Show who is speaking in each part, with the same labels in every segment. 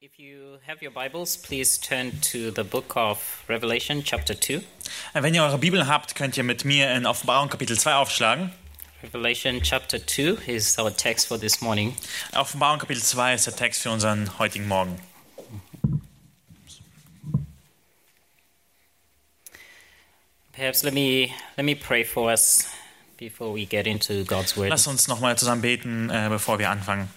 Speaker 1: If you have your Bibles, please turn to the book of Revelation, chapter 2.
Speaker 2: Wenn ihr eure Bibel habt, könnt ihr mit mir in Offenbarung Kapitel 2 aufschlagen.
Speaker 1: Revelation, chapter 2 is our text for this morning.
Speaker 2: Offenbarung Kapitel 2 ist der Text für unseren heutigen Morgen.
Speaker 1: Perhaps let me, let me pray for us before we get into God's Word.
Speaker 2: Lasst uns nochmal zusammen beten, äh, bevor wir anfangen.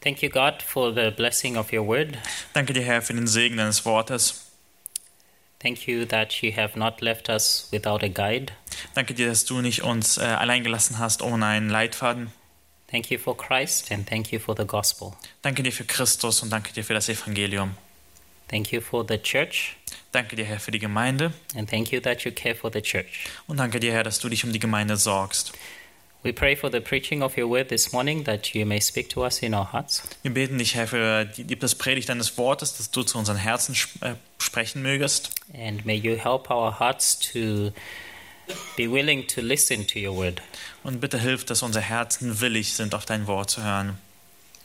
Speaker 1: Thank you, God, for the blessing of your Word.
Speaker 2: Danke dir, Herr, für den Segen deines Wortes.
Speaker 1: Thank you that you have not left us without a guide.
Speaker 2: Danke dir, dass du nicht uns äh, allein gelassen hast ohne einen Leitfaden.
Speaker 1: Thank you for Christ and thank you for the gospel.
Speaker 2: Danke dir für Christus und danke dir für das Evangelium.
Speaker 1: Thank you for the church
Speaker 2: Danke dir, Herr, für die Gemeinde
Speaker 1: and thank you that you care for the church.
Speaker 2: und danke dir, Herr, dass du dich um die Gemeinde sorgst.
Speaker 1: We pray for the preaching of your Word this morning that you may speak to us in our hearts.
Speaker 2: Wir beten dich, Herr, für die, die- das Predigt deines Wortes, dass du zu unseren Herzen sp äh, sprechen mögest.
Speaker 1: And may you help our hearts to be willing to listen to your word.
Speaker 2: Und bitte hilf, dass unsere Herzen willig sind, auf dein Wort zu hören.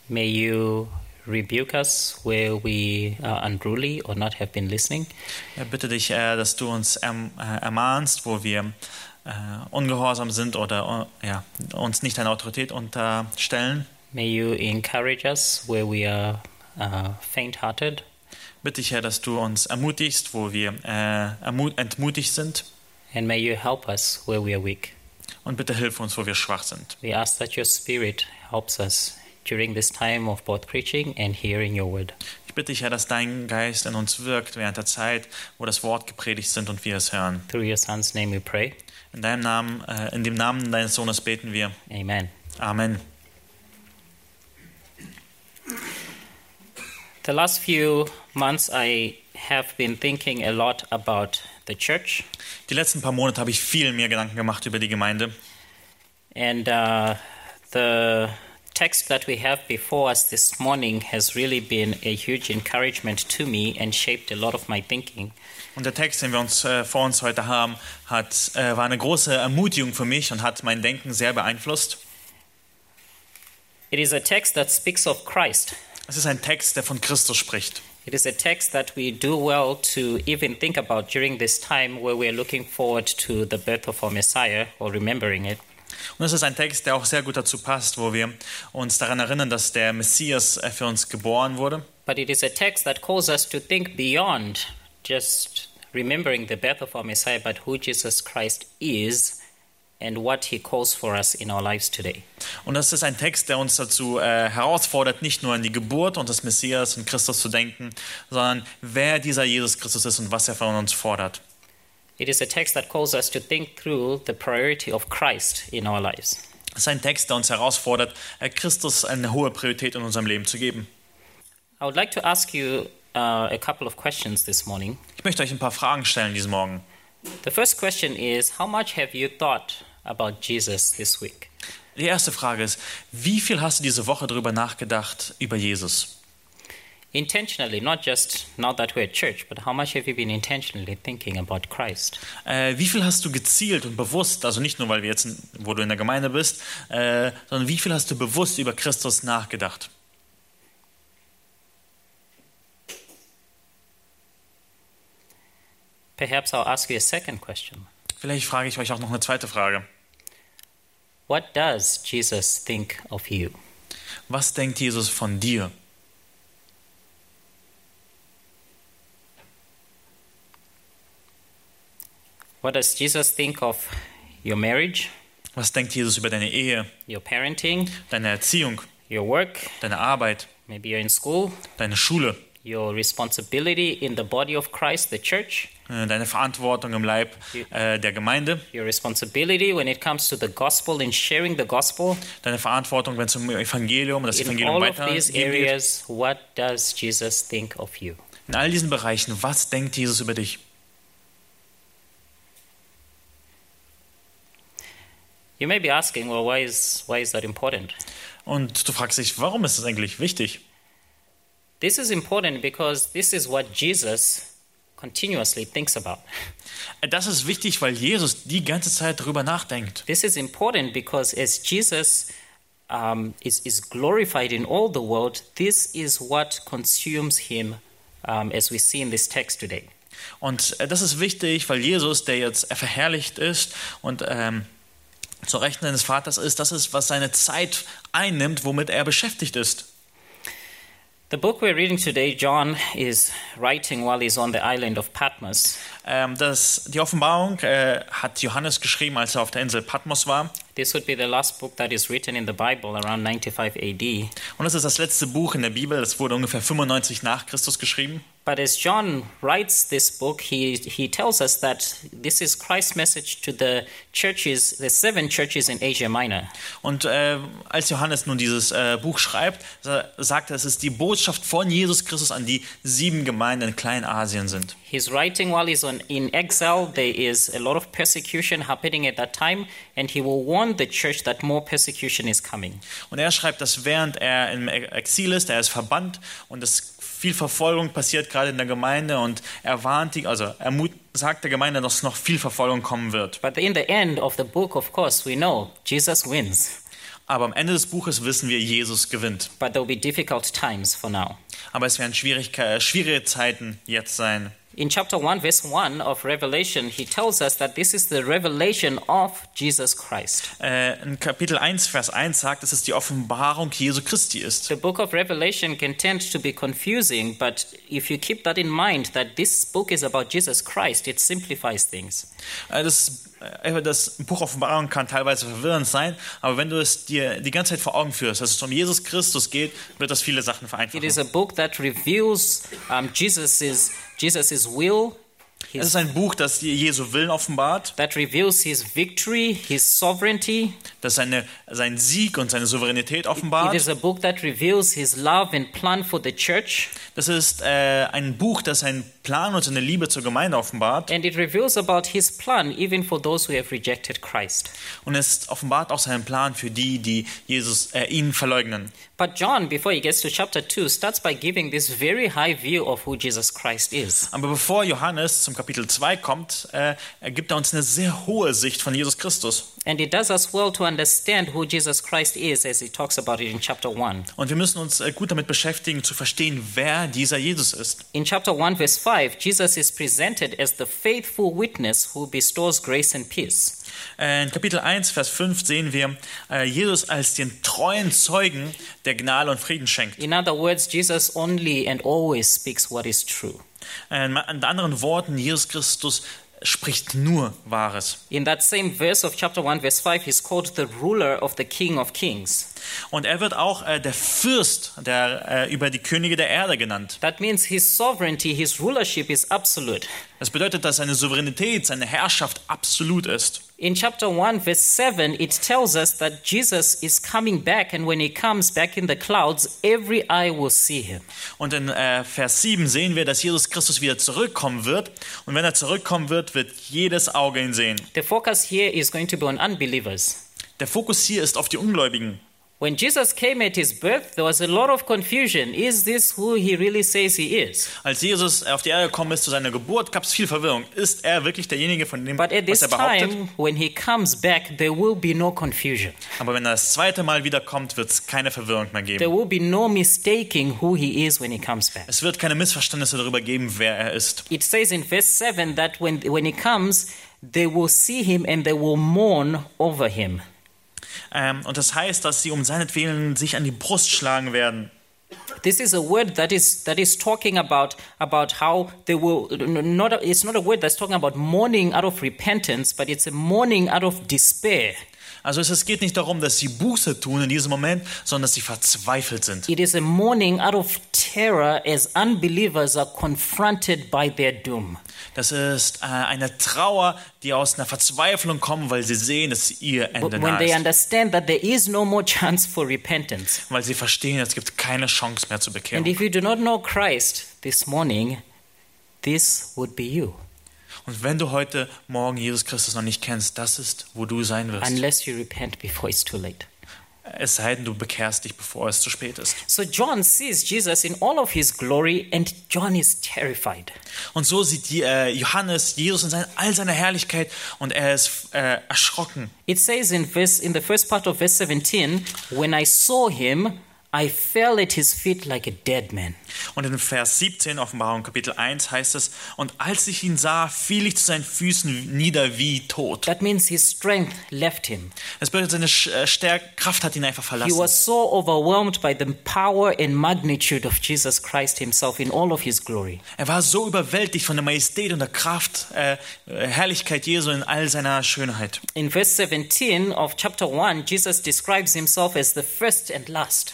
Speaker 1: May you rebuke us where we are unruly or not have been listening.
Speaker 2: Ja, bitte dich, äh, dass du uns erm- äh, ermahnst, wo wir äh, ungehorsam sind oder äh, ja, uns nicht deiner Autorität unterstellen.
Speaker 1: May you encourage us where we are uh, faint hearted.
Speaker 2: Bitte dich, Herr, dass du uns ermutigst, wo wir äh, ermu- entmutigt sind.
Speaker 1: And may you help us where we are weak.
Speaker 2: Und bitte hilf uns, wo wir schwach sind.
Speaker 1: We ask that your spirit helps us during this time of both preaching and hearing your word.
Speaker 2: Ich bitte dich, Herr, dass dein Geist in uns wirkt während der Zeit, wo das Wort gepredigt sind und wir es hören.
Speaker 1: Through your son's name we pray.
Speaker 2: In deinem Namen, äh, in dem Namen deines Sohnes beten wir.
Speaker 1: Amen.
Speaker 2: Amen.
Speaker 1: The last few months I have been thinking a lot about the church.
Speaker 2: Die letzten paar Monate habe ich viel mir Gedanken gemacht über die Gemeinde.
Speaker 1: And uh, the text that we have before us this morning has really been a huge encouragement to me and shaped a lot of my thinking.
Speaker 2: Und der Text, den wir uns äh, vor uns heute haben, hat, äh, war eine große Ermutigung für mich und hat mein Denken sehr beeinflusst.
Speaker 1: It is a text that speaks of Christ.
Speaker 2: Es ist ein Text, der von Christus spricht.
Speaker 1: It is a text that we do well to even think about during this time where we are looking forward to the birth of our Messiah or remembering it.
Speaker 2: Und es ist ein Text, der auch sehr gut dazu passt, wo wir uns daran erinnern, dass der Messias äh, für uns geboren wurde.
Speaker 1: But it is a text that calls us to think beyond just remembering the birth of our Messiah, but who Jesus Christ is and what he calls for us in our lives today.
Speaker 2: Und es ist ein Text, der uns dazu äh, herausfordert, nicht nur an die Geburt und des Messias und Christus zu denken, sondern wer dieser Jesus Christus ist und was er von uns fordert.
Speaker 1: It is a text that calls us to think through the priority of Christ in our lives.
Speaker 2: Es ist ein Text, der uns herausfordert, äh, Christus eine hohe Priorität in unserem Leben zu geben.
Speaker 1: I would like to ask you uh, a couple of questions this morning.
Speaker 2: Ich möchte euch ein paar Fragen stellen diesen Morgen.
Speaker 1: The first question is How much have you thought about Jesus this week?
Speaker 2: Die erste Frage ist, wie viel hast du diese Woche darüber nachgedacht über Jesus?
Speaker 1: Intentionally, not just now that we're at church, but how much have you been intentionally thinking about Christ?
Speaker 2: Äh, wie viel hast du gezielt und bewusst, also nicht nur, weil wir jetzt, in, wo du in der Gemeinde bist, äh, sondern wie viel hast du bewusst über Christus nachgedacht?
Speaker 1: Perhaps I'll ask you a second question.
Speaker 2: Vielleicht frage ich euch auch noch eine zweite Frage.
Speaker 1: What does Jesus think of you?
Speaker 2: Was denkt Jesus von dir?
Speaker 1: What does Jesus think of your marriage,
Speaker 2: Was denkt Jesus über deine Ehe,
Speaker 1: your parenting,
Speaker 2: deine Erziehung,
Speaker 1: your work?
Speaker 2: deine Arbeit,
Speaker 1: Maybe you're in school,
Speaker 2: deine Schule,
Speaker 1: your responsibility in the body of Christ, the church,
Speaker 2: äh, deine Verantwortung im Leib äh, der Gemeinde,
Speaker 1: your responsibility when it comes to the gospel and sharing the gospel.
Speaker 2: deine Verantwortung, wenn es um Evangelium, das
Speaker 1: In
Speaker 2: Evangelium
Speaker 1: all of these
Speaker 2: weitergeben geht?
Speaker 1: areas, what does Jesus think of you?
Speaker 2: In all diesen Bereichen, was denkt Jesus über dich?
Speaker 1: You may be asking, well, why is, why is that important?
Speaker 2: Und du fragst dich, warum ist das eigentlich wichtig?
Speaker 1: This is important because this is what Jesus continuously thinks about.
Speaker 2: Äh, Das ist wichtig, weil Jesus die ganze Zeit darüber nachdenkt.
Speaker 1: This is important because as Jesus um, is, is glorified in all the world, this is what consumes him, um, as we see in this text today.
Speaker 2: Und äh, das ist wichtig, weil Jesus, der jetzt äh, verherrlicht ist und ähm, zur Rechten seines Vaters ist, das ist, was seine Zeit einnimmt, womit er beschäftigt ist.
Speaker 1: The book we're reading today, John is writing while he's on the island of Patmos.
Speaker 2: Ähm, das, die Offenbarung äh, hat Johannes geschrieben, als er auf der Insel Patmos war.
Speaker 1: This would be the last book that is written in the Bible around 95 AD.
Speaker 2: Und das ist das letzte Buch in der Bibel, das wurde ungefähr 95 nach Christus geschrieben.
Speaker 1: But as John writes this book, he, he tells us that this is Christ's message to the churches, the seven churches in Asia Minor.
Speaker 2: Und äh, als Johannes nun dieses äh, Buch schreibt, sa- sagt er, es ist die Botschaft von Jesus Christus an die sieben Gemeinden in Kleinasien sind.
Speaker 1: He's writing while he's on, in exile. There is a lot of persecution happening at that time, and he will warn the church that more persecution is coming.
Speaker 2: Und er schreibt, dass während er im E-, Exil ist, er ist verbannt und es viel Verfolgung passiert gerade in der Gemeinde und er warnt die, also er mut, sagt der Gemeinde, dass noch viel Verfolgung kommen wird.
Speaker 1: But in the end of the book, of course, we know Jesus wins,
Speaker 2: Aber am Ende des Buches wissen wir, Jesus gewinnt.
Speaker 1: but there will be difficult times for now.
Speaker 2: Aber es werden Schwierigke- äh, schwierige Zeiten jetzt sein.
Speaker 1: In chapter 1, verse 1 of Revelation, he tells us that this is the revelation of Jesus Christ.
Speaker 2: Äh, in Kapitel 1, Vers 1 sagt, dass es die Offenbarung Jesu Christi ist.
Speaker 1: The book of Revelation can tend to be confusing, but if you keep that in mind, that this book is about Jesus Christ, it simplifies things.
Speaker 2: Äh, Das, äh, das Buch Offenbarung kann teilweise verwirrend sein, aber wenn du es dir die ganze Zeit vor Augen führst, dass es um Jesus Christus geht, wird das viele Sachen
Speaker 1: It
Speaker 2: vereinfachen.
Speaker 1: is a book that reveals um, Jesus's, Jesus's will,
Speaker 2: Es ist ein Buch, das die Jesu Willen offenbart,
Speaker 1: that reveals his victory, his sovereignty.
Speaker 2: das seine, seinen Sieg und seine Souveränität
Speaker 1: It
Speaker 2: offenbart.
Speaker 1: is a book that reveals his love and plan for the church,
Speaker 2: Das ist äh, ein Buch, das seinen Plan und seine Liebe zur Gemeinde offenbart.
Speaker 1: and it reveals about his plan even for those who have rejected Christ.
Speaker 2: Und es offenbart auch seinen Plan für die, die Jesus, äh, ihn verleugnen.
Speaker 1: But John, before he gets to chapter 2, starts by giving this very high view of who Jesus Christ is.
Speaker 2: Aber bevor Johannes zum Kapitel 2 kommt, äh, er gibt er uns eine sehr hohe Sicht von Jesus Christus.
Speaker 1: And it does us well to understand who Jesus Christ is as he talks about it in chapter 1.
Speaker 2: Und wir müssen uns äh, gut damit beschäftigen, zu verstehen, wer dieser Jesus ist.
Speaker 1: In chapter 1, verse 5, Jesus is presented as the faithful witness who bestows grace and peace.
Speaker 2: Äh, in Kapitel 1, Vers 5 sehen wir äh, Jesus als den treuen Zeugen, der Gnade und Frieden schenkt.
Speaker 1: In other words, Jesus only and always speaks what is true.
Speaker 2: Äh, Mit anderen Worten, Jesus Christus spricht nur Wahres.
Speaker 1: In that same verse of chapter 1, verse 5, he's called the ruler of the King of Kings.
Speaker 2: Und er wird auch äh, der Fürst der, äh, über die Könige der Erde genannt.
Speaker 1: That means his sovereignty, his rulership is absolute.
Speaker 2: Das bedeutet, dass seine Souveränität, seine Herrschaft absolut ist.
Speaker 1: In chapter 1, verse 7, it tells us that Jesus is coming back, and when he comes back in the clouds, every eye will see him.
Speaker 2: Und in äh, Vers 7 sehen wir, dass Jesus Christus wieder zurückkommen wird. Und wenn er zurückkommen wird, wird jedes Auge ihn sehen.
Speaker 1: The focus here is going to be on unbelievers.
Speaker 2: Der Fokus hier ist auf die Ungläubigen.
Speaker 1: When Jesus came at his birth, there was a lot of confusion. Is this who he really says he is?
Speaker 2: Als Jesus auf die Erde gekommen ist zu seiner Geburt, gab es viel Verwirrung. Ist er wirklich derjenige, von dem
Speaker 1: But at this
Speaker 2: was er behauptet?
Speaker 1: time, when he comes back, there will be no confusion.
Speaker 2: Aber wenn er das zweite Mal wiederkommt, wird es keine Verwirrung mehr geben.
Speaker 1: There will be no mistaking who he is when he comes back.
Speaker 2: Es wird keine Missverständnisse darüber geben, wer er ist.
Speaker 1: It says in verse 7 that when, when he comes, they will see him and they will mourn over him.
Speaker 2: Ähm, und das heißt, dass sie um seinetwillen sich an die Brust schlagen werden.
Speaker 1: This is a word that is that is talking about about how they will not a, it's not a word that's talking about mourning out of repentance, but it's a mourning out of despair.
Speaker 2: Also es, es geht nicht darum, dass sie Buße tun in diesem Moment, sondern dass sie verzweifelt sind.
Speaker 1: It is a mourning out of terror as unbelievers are confronted by their doom.
Speaker 2: Das ist äh, eine Trauer, die aus einer Verzweiflung kommt, weil sie sehen, dass ihr
Speaker 1: But
Speaker 2: Ende
Speaker 1: when
Speaker 2: nahe
Speaker 1: they
Speaker 2: ist.
Speaker 1: understand that there is no more chance for repentance.
Speaker 2: Weil sie verstehen, es gibt keine Chance mehr zur
Speaker 1: And
Speaker 2: Bekehrung.
Speaker 1: if you do not know Christ this morning, this would be you,
Speaker 2: Und wenn du heute Morgen Jesus Christus noch nicht kennst, das ist, wo du sein wirst.
Speaker 1: unless you repent before it's too late.
Speaker 2: Es sei denn, du bekehrst dich, bevor es zu spät ist.
Speaker 1: So John sees Jesus in all of his glory, and John is terrified.
Speaker 2: Und so sieht Je- äh, Johannes Jesus in sein, all seiner Herrlichkeit und er ist äh, erschrocken.
Speaker 1: It says in verse in the first part of verse 17, when I saw him, I fell at his feet like a dead man.
Speaker 2: Und in Vers 17, Offenbarung Kapitel 1, heißt es, und als ich ihn sah, fiel ich zu seinen Füßen nieder wie tot.
Speaker 1: That means his strength left him.
Speaker 2: Das bedeutet, seine Sch- äh, Stärk Kraft hat ihn einfach
Speaker 1: He
Speaker 2: verlassen.
Speaker 1: was so overwhelmed by the power and magnitude of Jesus Christ himself in all of his glory.
Speaker 2: Er war so überwältigt von der Majestät und der Kraft, äh, Herrlichkeit Jesu in all seiner Schönheit.
Speaker 1: In verse 17 of chapter 1, Jesus describes himself as the first and last.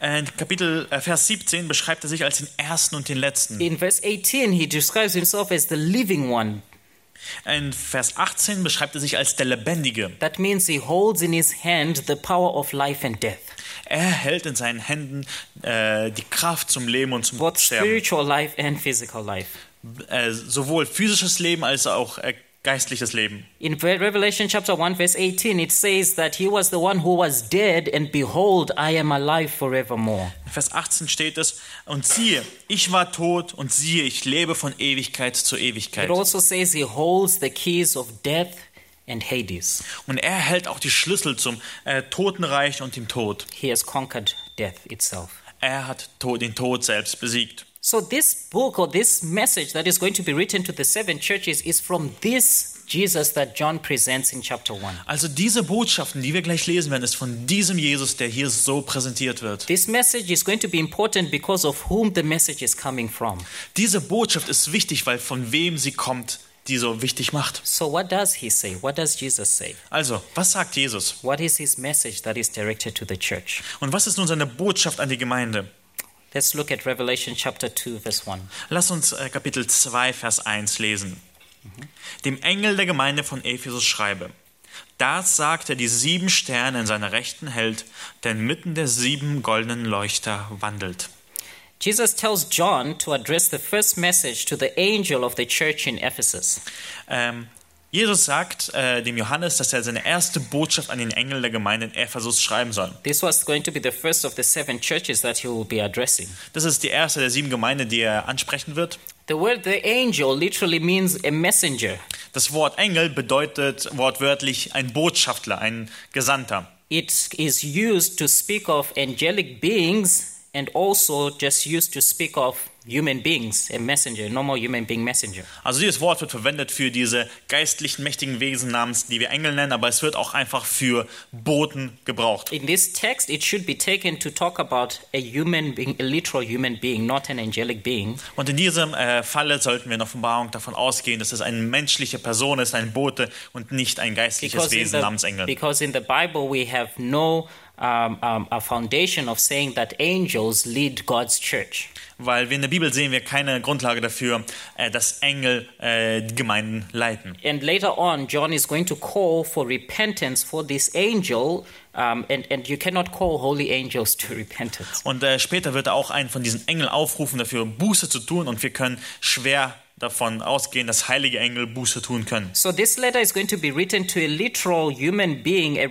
Speaker 2: Äh, in Kapitel äh, Vers 17 beschreibt er sich als den Ersten und den Letzten.
Speaker 1: In verse 18, he describes himself as the living one.
Speaker 2: In Vers 18 beschreibt er sich als der Lebendige.
Speaker 1: That means he holds in his hand the power of life and death,
Speaker 2: Er hält in seinen Händen äh, die Kraft zum Leben und zum
Speaker 1: both
Speaker 2: Sterben.
Speaker 1: spiritual life and physical life.
Speaker 2: Äh, sowohl physisches Leben als auch äh, geistliches Leben.
Speaker 1: In Re- Revelation chapter 1, verse 18, it says that he was the one who was dead, and behold, I am alive forevermore.
Speaker 2: In Vers 18 steht es, und siehe, ich war tot und siehe, ich lebe von Ewigkeit zu Ewigkeit.
Speaker 1: It also says he holds the keys of death and Hades.
Speaker 2: Und er hält auch die Schlüssel zum äh, Totenreich und dem Tod.
Speaker 1: He has conquered death itself.
Speaker 2: Er hat to- den Tod selbst besiegt.
Speaker 1: So, this book or this message that is going to be written to the seven churches is from this Jesus that John presents in chapter 1.
Speaker 2: Also diese Botschaften, die wir gleich lesen werden, ist von diesem Jesus, der hier so präsentiert wird.
Speaker 1: This message is going to be important because of whom the message is coming from.
Speaker 2: Diese Botschaft ist wichtig, weil von wem sie kommt, die so wichtig macht.
Speaker 1: So, what does he say? What does Jesus say?
Speaker 2: Also, was sagt Jesus?
Speaker 1: What is his message that is directed to the church?
Speaker 2: Und was ist nun seine Botschaft an die Gemeinde?
Speaker 1: Let's look at Revelation chapter 2, verse 1.
Speaker 2: Lass uns äh, Kapitel 2, Vers 1 lesen. Dem Engel der Gemeinde von Ephesus schreibe: Das sagt er, die sieben Sterne in seiner Rechten hält, der inmitten der sieben goldenen Leuchter wandelt.
Speaker 1: Jesus tells John to address the first message to the angel of the church in Ephesus.
Speaker 2: Ähm, Jesus sagt äh, dem Johannes, dass er seine erste Botschaft an den Engel der Gemeinde in Ephesus schreiben soll.
Speaker 1: This was going to be the first of the seven churches that he will be addressing.
Speaker 2: Das ist die erste der sieben Gemeinden, die er ansprechen wird.
Speaker 1: The word the angel literally means a messenger.
Speaker 2: Das Wort Engel bedeutet wortwörtlich ein Botschafter, ein Gesandter.
Speaker 1: It is used to speak of angelic beings and also just used to speak of human beings, a messenger, a normal human being messenger.
Speaker 2: Also dieses Wort wird verwendet für diese geistlichen, mächtigen Wesen namens, die wir Engel nennen, aber es wird auch einfach für Boten gebraucht.
Speaker 1: In this text, it should be taken to talk about a human being, a literal human being, not an angelic being.
Speaker 2: Und in diesem äh, Falle sollten wir in Offenbarung davon ausgehen, dass es eine menschliche Person ist, ein Bote und nicht ein geistliches
Speaker 1: Because in,
Speaker 2: Wesen namens
Speaker 1: the,
Speaker 2: Engel.
Speaker 1: because in the Bible, we have no um, um, a foundation of saying that angels lead God's church.
Speaker 2: Weil wir in der Bibel sehen wir keine Grundlage dafür, äh, dass Engel äh, die Gemeinden leiten.
Speaker 1: And later on, John is going to call for repentance for this angel, um, and, and you cannot call holy angels to repentance.
Speaker 2: Und äh, später wird er auch einen von diesen Engeln aufrufen, dafür Buße zu tun. Und wir können schwer davon ausgehen, dass heilige Engel Buße tun können.
Speaker 1: So, this letter is going to be written to a literal human being, a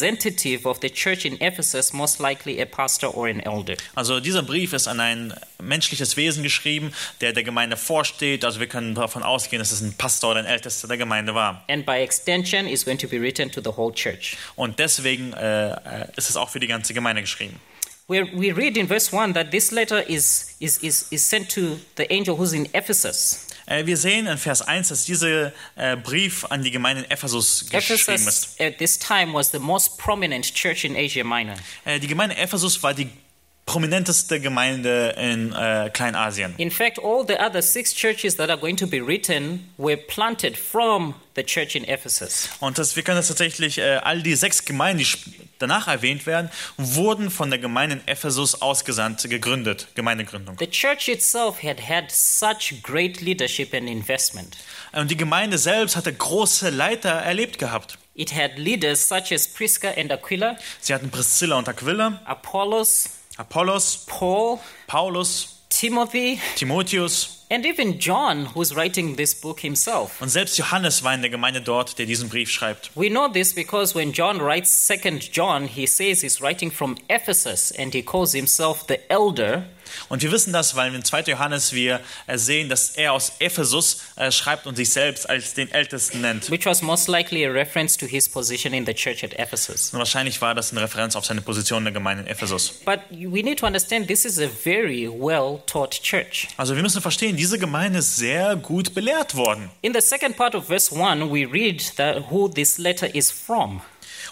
Speaker 1: representative of the church in Ephesus, most likely a pastor or an elder.
Speaker 2: Also dieser Brief ist an ein menschliches Wesen geschrieben, der der Gemeinde vorsteht. Also wir können davon ausgehen, dass es ein Pastor oder ein Ältester der Gemeinde war.
Speaker 1: And by extension, is going to be written to the whole church.
Speaker 2: Und deswegen äh, äh, ist es auch für die ganze Gemeinde geschrieben.
Speaker 1: Where we read in verse 1 that this letter is, is, is, is sent to the angel who's in Ephesus.
Speaker 2: Äh, wir sehen in Vers 1, dass dieser äh, Brief an die Gemeinde in Ephesus geschrieben ist.
Speaker 1: Ephesus at this time was the most prominent church in Asia Minor.
Speaker 2: Äh, die Gemeinde Ephesus war die prominenteste Gemeinde in äh, Kleinasien.
Speaker 1: In fact, all the other six churches that are going to be written were planted from the church in Ephesus.
Speaker 2: Und das, wir können das tatsächlich, äh, all die sechs Gemeinden, die sp- danach erwähnt werden, wurden von der Gemeinde in Ephesus ausgesandt, gegründet, Gemeindegründung.
Speaker 1: The church itself had had such great leadership and investment.
Speaker 2: Äh, Und die Gemeinde selbst hatte große Leiter erlebt gehabt.
Speaker 1: It had leaders such as Prisca and Aquila,
Speaker 2: Sie hatten Priscilla und Aquila,
Speaker 1: Apollos,
Speaker 2: Apollos,
Speaker 1: Paul,
Speaker 2: Paulus,
Speaker 1: Timothy,
Speaker 2: Timotheus
Speaker 1: And even John, who's writing this book himself,
Speaker 2: Und selbst Johannes war in der Gemeinde dort, der diesen Brief schreibt.
Speaker 1: we know this because when John writes Second John, he says he's writing from Ephesus and he calls himself the elder.
Speaker 2: Und wir wissen das, weil in 2. Johannes wir äh, sehen, dass er aus Ephesus äh, schreibt und sich selbst als den Ältesten nennt.
Speaker 1: which was most likely a reference to his position in the church at Ephesus.
Speaker 2: Und wahrscheinlich war das eine Referenz auf seine Position in der Gemeinde in Ephesus.
Speaker 1: But we need to understand this is a very well taught church.
Speaker 2: Also wir müssen verstehen, diese Gemeinde ist sehr gut belehrt worden.
Speaker 1: In the second part of verse 1, we read that who this letter is from.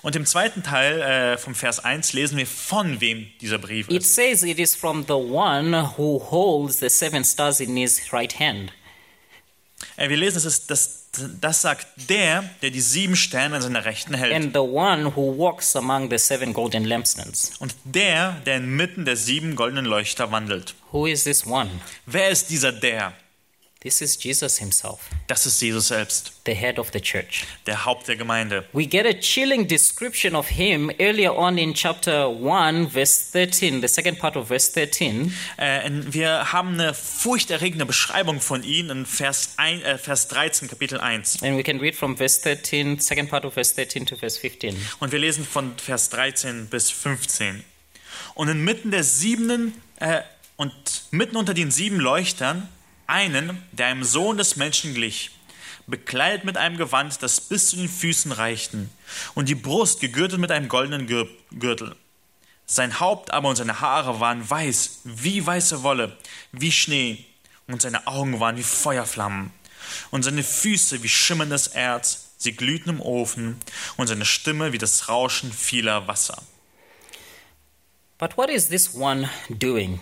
Speaker 2: Und im zweiten Teil äh, vom Vers 1 lesen wir, von wem dieser Brief
Speaker 1: It
Speaker 2: ist.
Speaker 1: says it is from the one who holds the seven stars in his right hand.
Speaker 2: Äh, wir lesen, es ist, das, das sagt der, der die sieben Sterne in seiner Rechten hält.
Speaker 1: And the one who walks among the seven golden lampstands.
Speaker 2: Und der, der inmitten der sieben goldenen Leuchter wandelt.
Speaker 1: Who is this one?
Speaker 2: Wer ist dieser der?
Speaker 1: This is Jesus himself,
Speaker 2: Das ist Jesus selbst,
Speaker 1: the head of the church.
Speaker 2: der Haupt der Gemeinde.
Speaker 1: We get a chilling description of him earlier on in chapter 1, verse 13, the second part of verse 13.
Speaker 2: Äh, wir haben eine furchterregende Beschreibung von ihm in Vers, ein, äh, Vers 13, Kapitel 1.
Speaker 1: And we can read from verse 13, second part of verse 13 to verse 15.
Speaker 2: Und wir lesen von Vers 13 bis 15. Und inmitten der siebenen, äh, und mitten unter den sieben Leuchtern, einen, der einem Sohn des Menschen glich, bekleidet mit einem Gewand, das bis zu den Füßen reichten, und die Brust gegürtet mit einem goldenen Gür- Gürtel. Sein Haupt aber und seine Haare waren weiß, wie weiße Wolle, wie Schnee, und seine Augen waren wie Feuerflammen, und seine Füße wie schimmerndes Erz, sie glühten im Ofen, und seine Stimme wie das Rauschen vieler Wasser.
Speaker 1: But what is this one doing?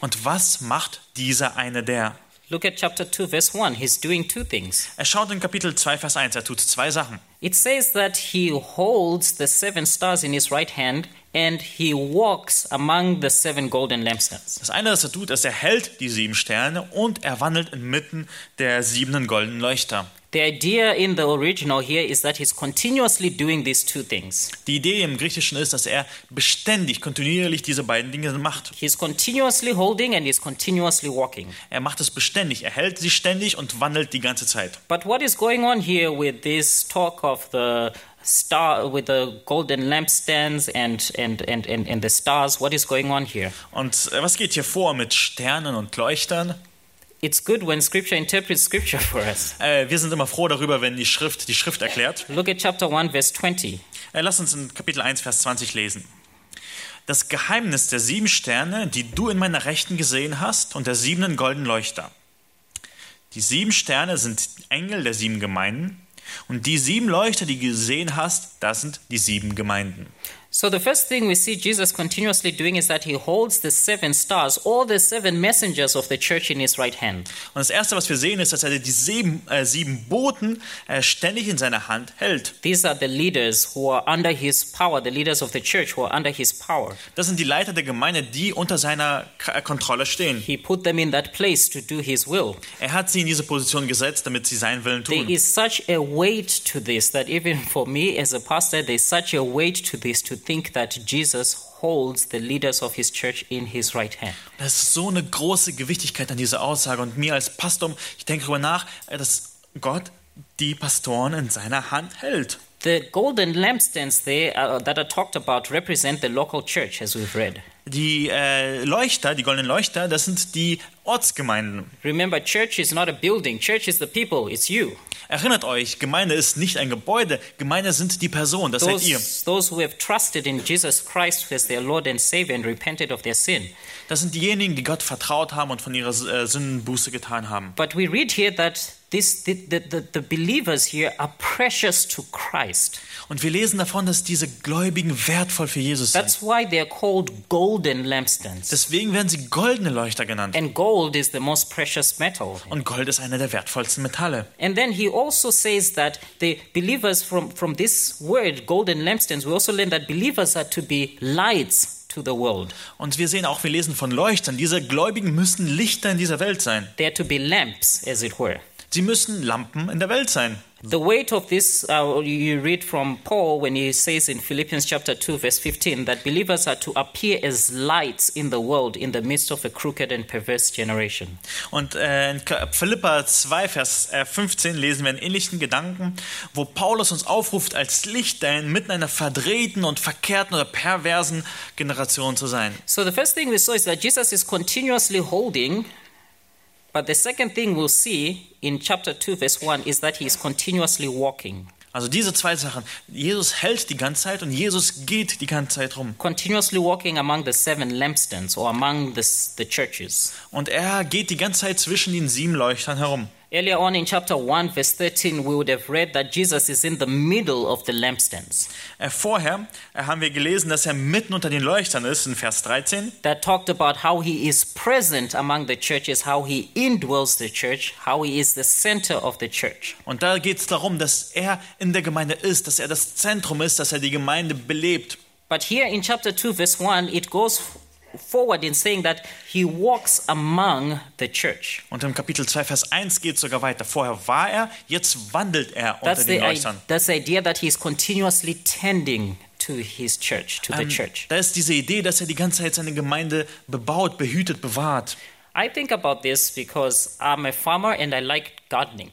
Speaker 2: Und was macht dieser eine der?
Speaker 1: Look at chapter 2, verse 1. He's doing two things.
Speaker 2: Er schaut in Kapitel 2, Vers 1, er tut zwei Sachen.
Speaker 1: It says that he holds the seven stars in his right hand and he walks among the seven golden lampstands.
Speaker 2: Das eine, das er tut, ist, er hält die sieben Sterne und er wandelt inmitten der siebenen goldenen Leuchter.
Speaker 1: The idea in the original here is that he's continuously doing these two things.
Speaker 2: Die Idee im Griechischen ist, dass er beständig, kontinuierlich diese beiden Dinge macht.
Speaker 1: He's continuously holding and he's continuously walking.
Speaker 2: Er macht es beständig, er hält sie ständig und wandelt die ganze Zeit.
Speaker 1: But what is going on here with this talk of the star with the golden lampstands and and, and, and and the stars? What is going on here?
Speaker 2: Und äh, was geht hier vor mit Sternen und Leuchtern?
Speaker 1: It's good when scripture interprets scripture for us.
Speaker 2: Äh, wir sind immer froh darüber, wenn die Schrift die Schrift erklärt.
Speaker 1: Look at chapter 1 verse 20.
Speaker 2: Äh, lass uns in Kapitel 1, Vers 20 lesen. Das Geheimnis der sieben Sterne, die du in meiner Rechten gesehen hast, und der siebenen goldenen Leuchter. Die sieben Sterne sind Engel der sieben Gemeinden, und die sieben Leuchter, die du gesehen hast, das sind die sieben Gemeinden.
Speaker 1: So the first thing we see Jesus continuously doing is that he holds the seven stars or the seven messengers of the church in his right hand.
Speaker 2: Und das Erste, was wir sehen, ist, dass er die sieben, äh, sieben Boten äh, ständig in seiner Hand hält.
Speaker 1: These are the leaders who are under his power, the leaders of the church who are under his power.
Speaker 2: Das sind die Leiter der Gemeinde, die unter seiner K äh, Kontrolle stehen.
Speaker 1: He put them in that place to do his will.
Speaker 2: Er hat sie in diese Position gesetzt, damit sie seinen Willen
Speaker 1: There
Speaker 2: tun.
Speaker 1: is such a weight to this that even for me as a pastor, there's such a weight to this to think that Jesus holds the leaders of his church in his right hand.
Speaker 2: Das ist so eine große Gewichtigkeit an dieser Aussage. Und mir als Pastor, ich denke darüber nach, äh, dass Gott die Pastoren in seiner Hand hält.
Speaker 1: The golden lampstands there uh, that are talked about represent the local church, as we've read.
Speaker 2: Die äh, Leuchter, die goldenen Leuchter, das sind die Ortsgemeinden.
Speaker 1: Remember, church is not a building, church is the people, it's you.
Speaker 2: Erinnert euch, Gemeinde ist nicht ein Gebäude, Gemeinde sind die Personen, das seid ihr.
Speaker 1: Those, those who have trusted in Jesus Christ as their Lord and Savior and repented of their sin.
Speaker 2: Das sind diejenigen, die Gott vertraut haben und von ihrer äh, Sünden Buße getan haben.
Speaker 1: But we read here that this, the, the, the, the believers here are precious to Christ.
Speaker 2: Und wir lesen davon, dass diese Gläubigen wertvoll für Jesus sind.
Speaker 1: That's why they're called golden lampstands.
Speaker 2: Deswegen werden sie goldene Leuchter genannt.
Speaker 1: And gold is the most precious metal.
Speaker 2: Und Gold ist einer der wertvollsten Metalle.
Speaker 1: And then he also says that the believers from, from this word, golden lampstands, we also learn that believers are to be lights to the world.
Speaker 2: Und wir sehen auch, wir lesen von Leuchtern. Diese Gläubigen müssen Lichter in dieser Welt sein.
Speaker 1: They are to be lamps, as it were.
Speaker 2: Sie müssen Lampen in der Welt sein.
Speaker 1: The weight of this, uh, you read from Paul when he says in Philippians chapter 2, verse 15, that believers are to appear as lights in the world in the midst of a crooked and perverse generation.
Speaker 2: Und äh, in K- Philippa 2, Vers äh, 15 lesen wir einen ähnlichen Gedanken, wo Paulus uns aufruft, als Lichter inmitten einer verdrehten und verkehrten oder perversen Generation zu sein.
Speaker 1: So, the first thing we saw is that Jesus is continuously holding, but the second thing we'll see in chapter 2, verse 1, is that he is continuously walking.
Speaker 2: Also diese zwei Sachen. Jesus hält die ganze Zeit und Jesus geht die ganze Zeit rum.
Speaker 1: Continuously walking among the seven lampstands or among the, s- the churches.
Speaker 2: Und er geht die ganze Zeit zwischen den sieben Leuchtern herum.
Speaker 1: Earlier on in chapter 1, verse 13, we would have read that Jesus is in the middle of the lampstands.
Speaker 2: Äh, vorher äh, haben wir gelesen, dass er mitten unter den Leuchtern ist, in Vers 13.
Speaker 1: that talked about how he is present among the churches, how he indwells the church, how he is the center of the church.
Speaker 2: Und da geht es darum, dass er in der Gemeinde ist, dass er das Zentrum ist, dass er die Gemeinde belebt.
Speaker 1: But here in chapter 2, verse 1, it goes f- forward in saying that he walks among the church.
Speaker 2: Und im Kapitel 2, Vers 1 geht es sogar weiter. Vorher war er, jetzt wandelt er unter
Speaker 1: That's
Speaker 2: den
Speaker 1: the,
Speaker 2: Leuchtern.
Speaker 1: i- that's the idea that he is continuously tending to his church, to the
Speaker 2: Ähm,
Speaker 1: church.
Speaker 2: da ist diese Idee, dass er die ganze Zeit seine Gemeinde bebaut, behütet, bewahrt.
Speaker 1: I think about this because I'm a farmer and I like gardening.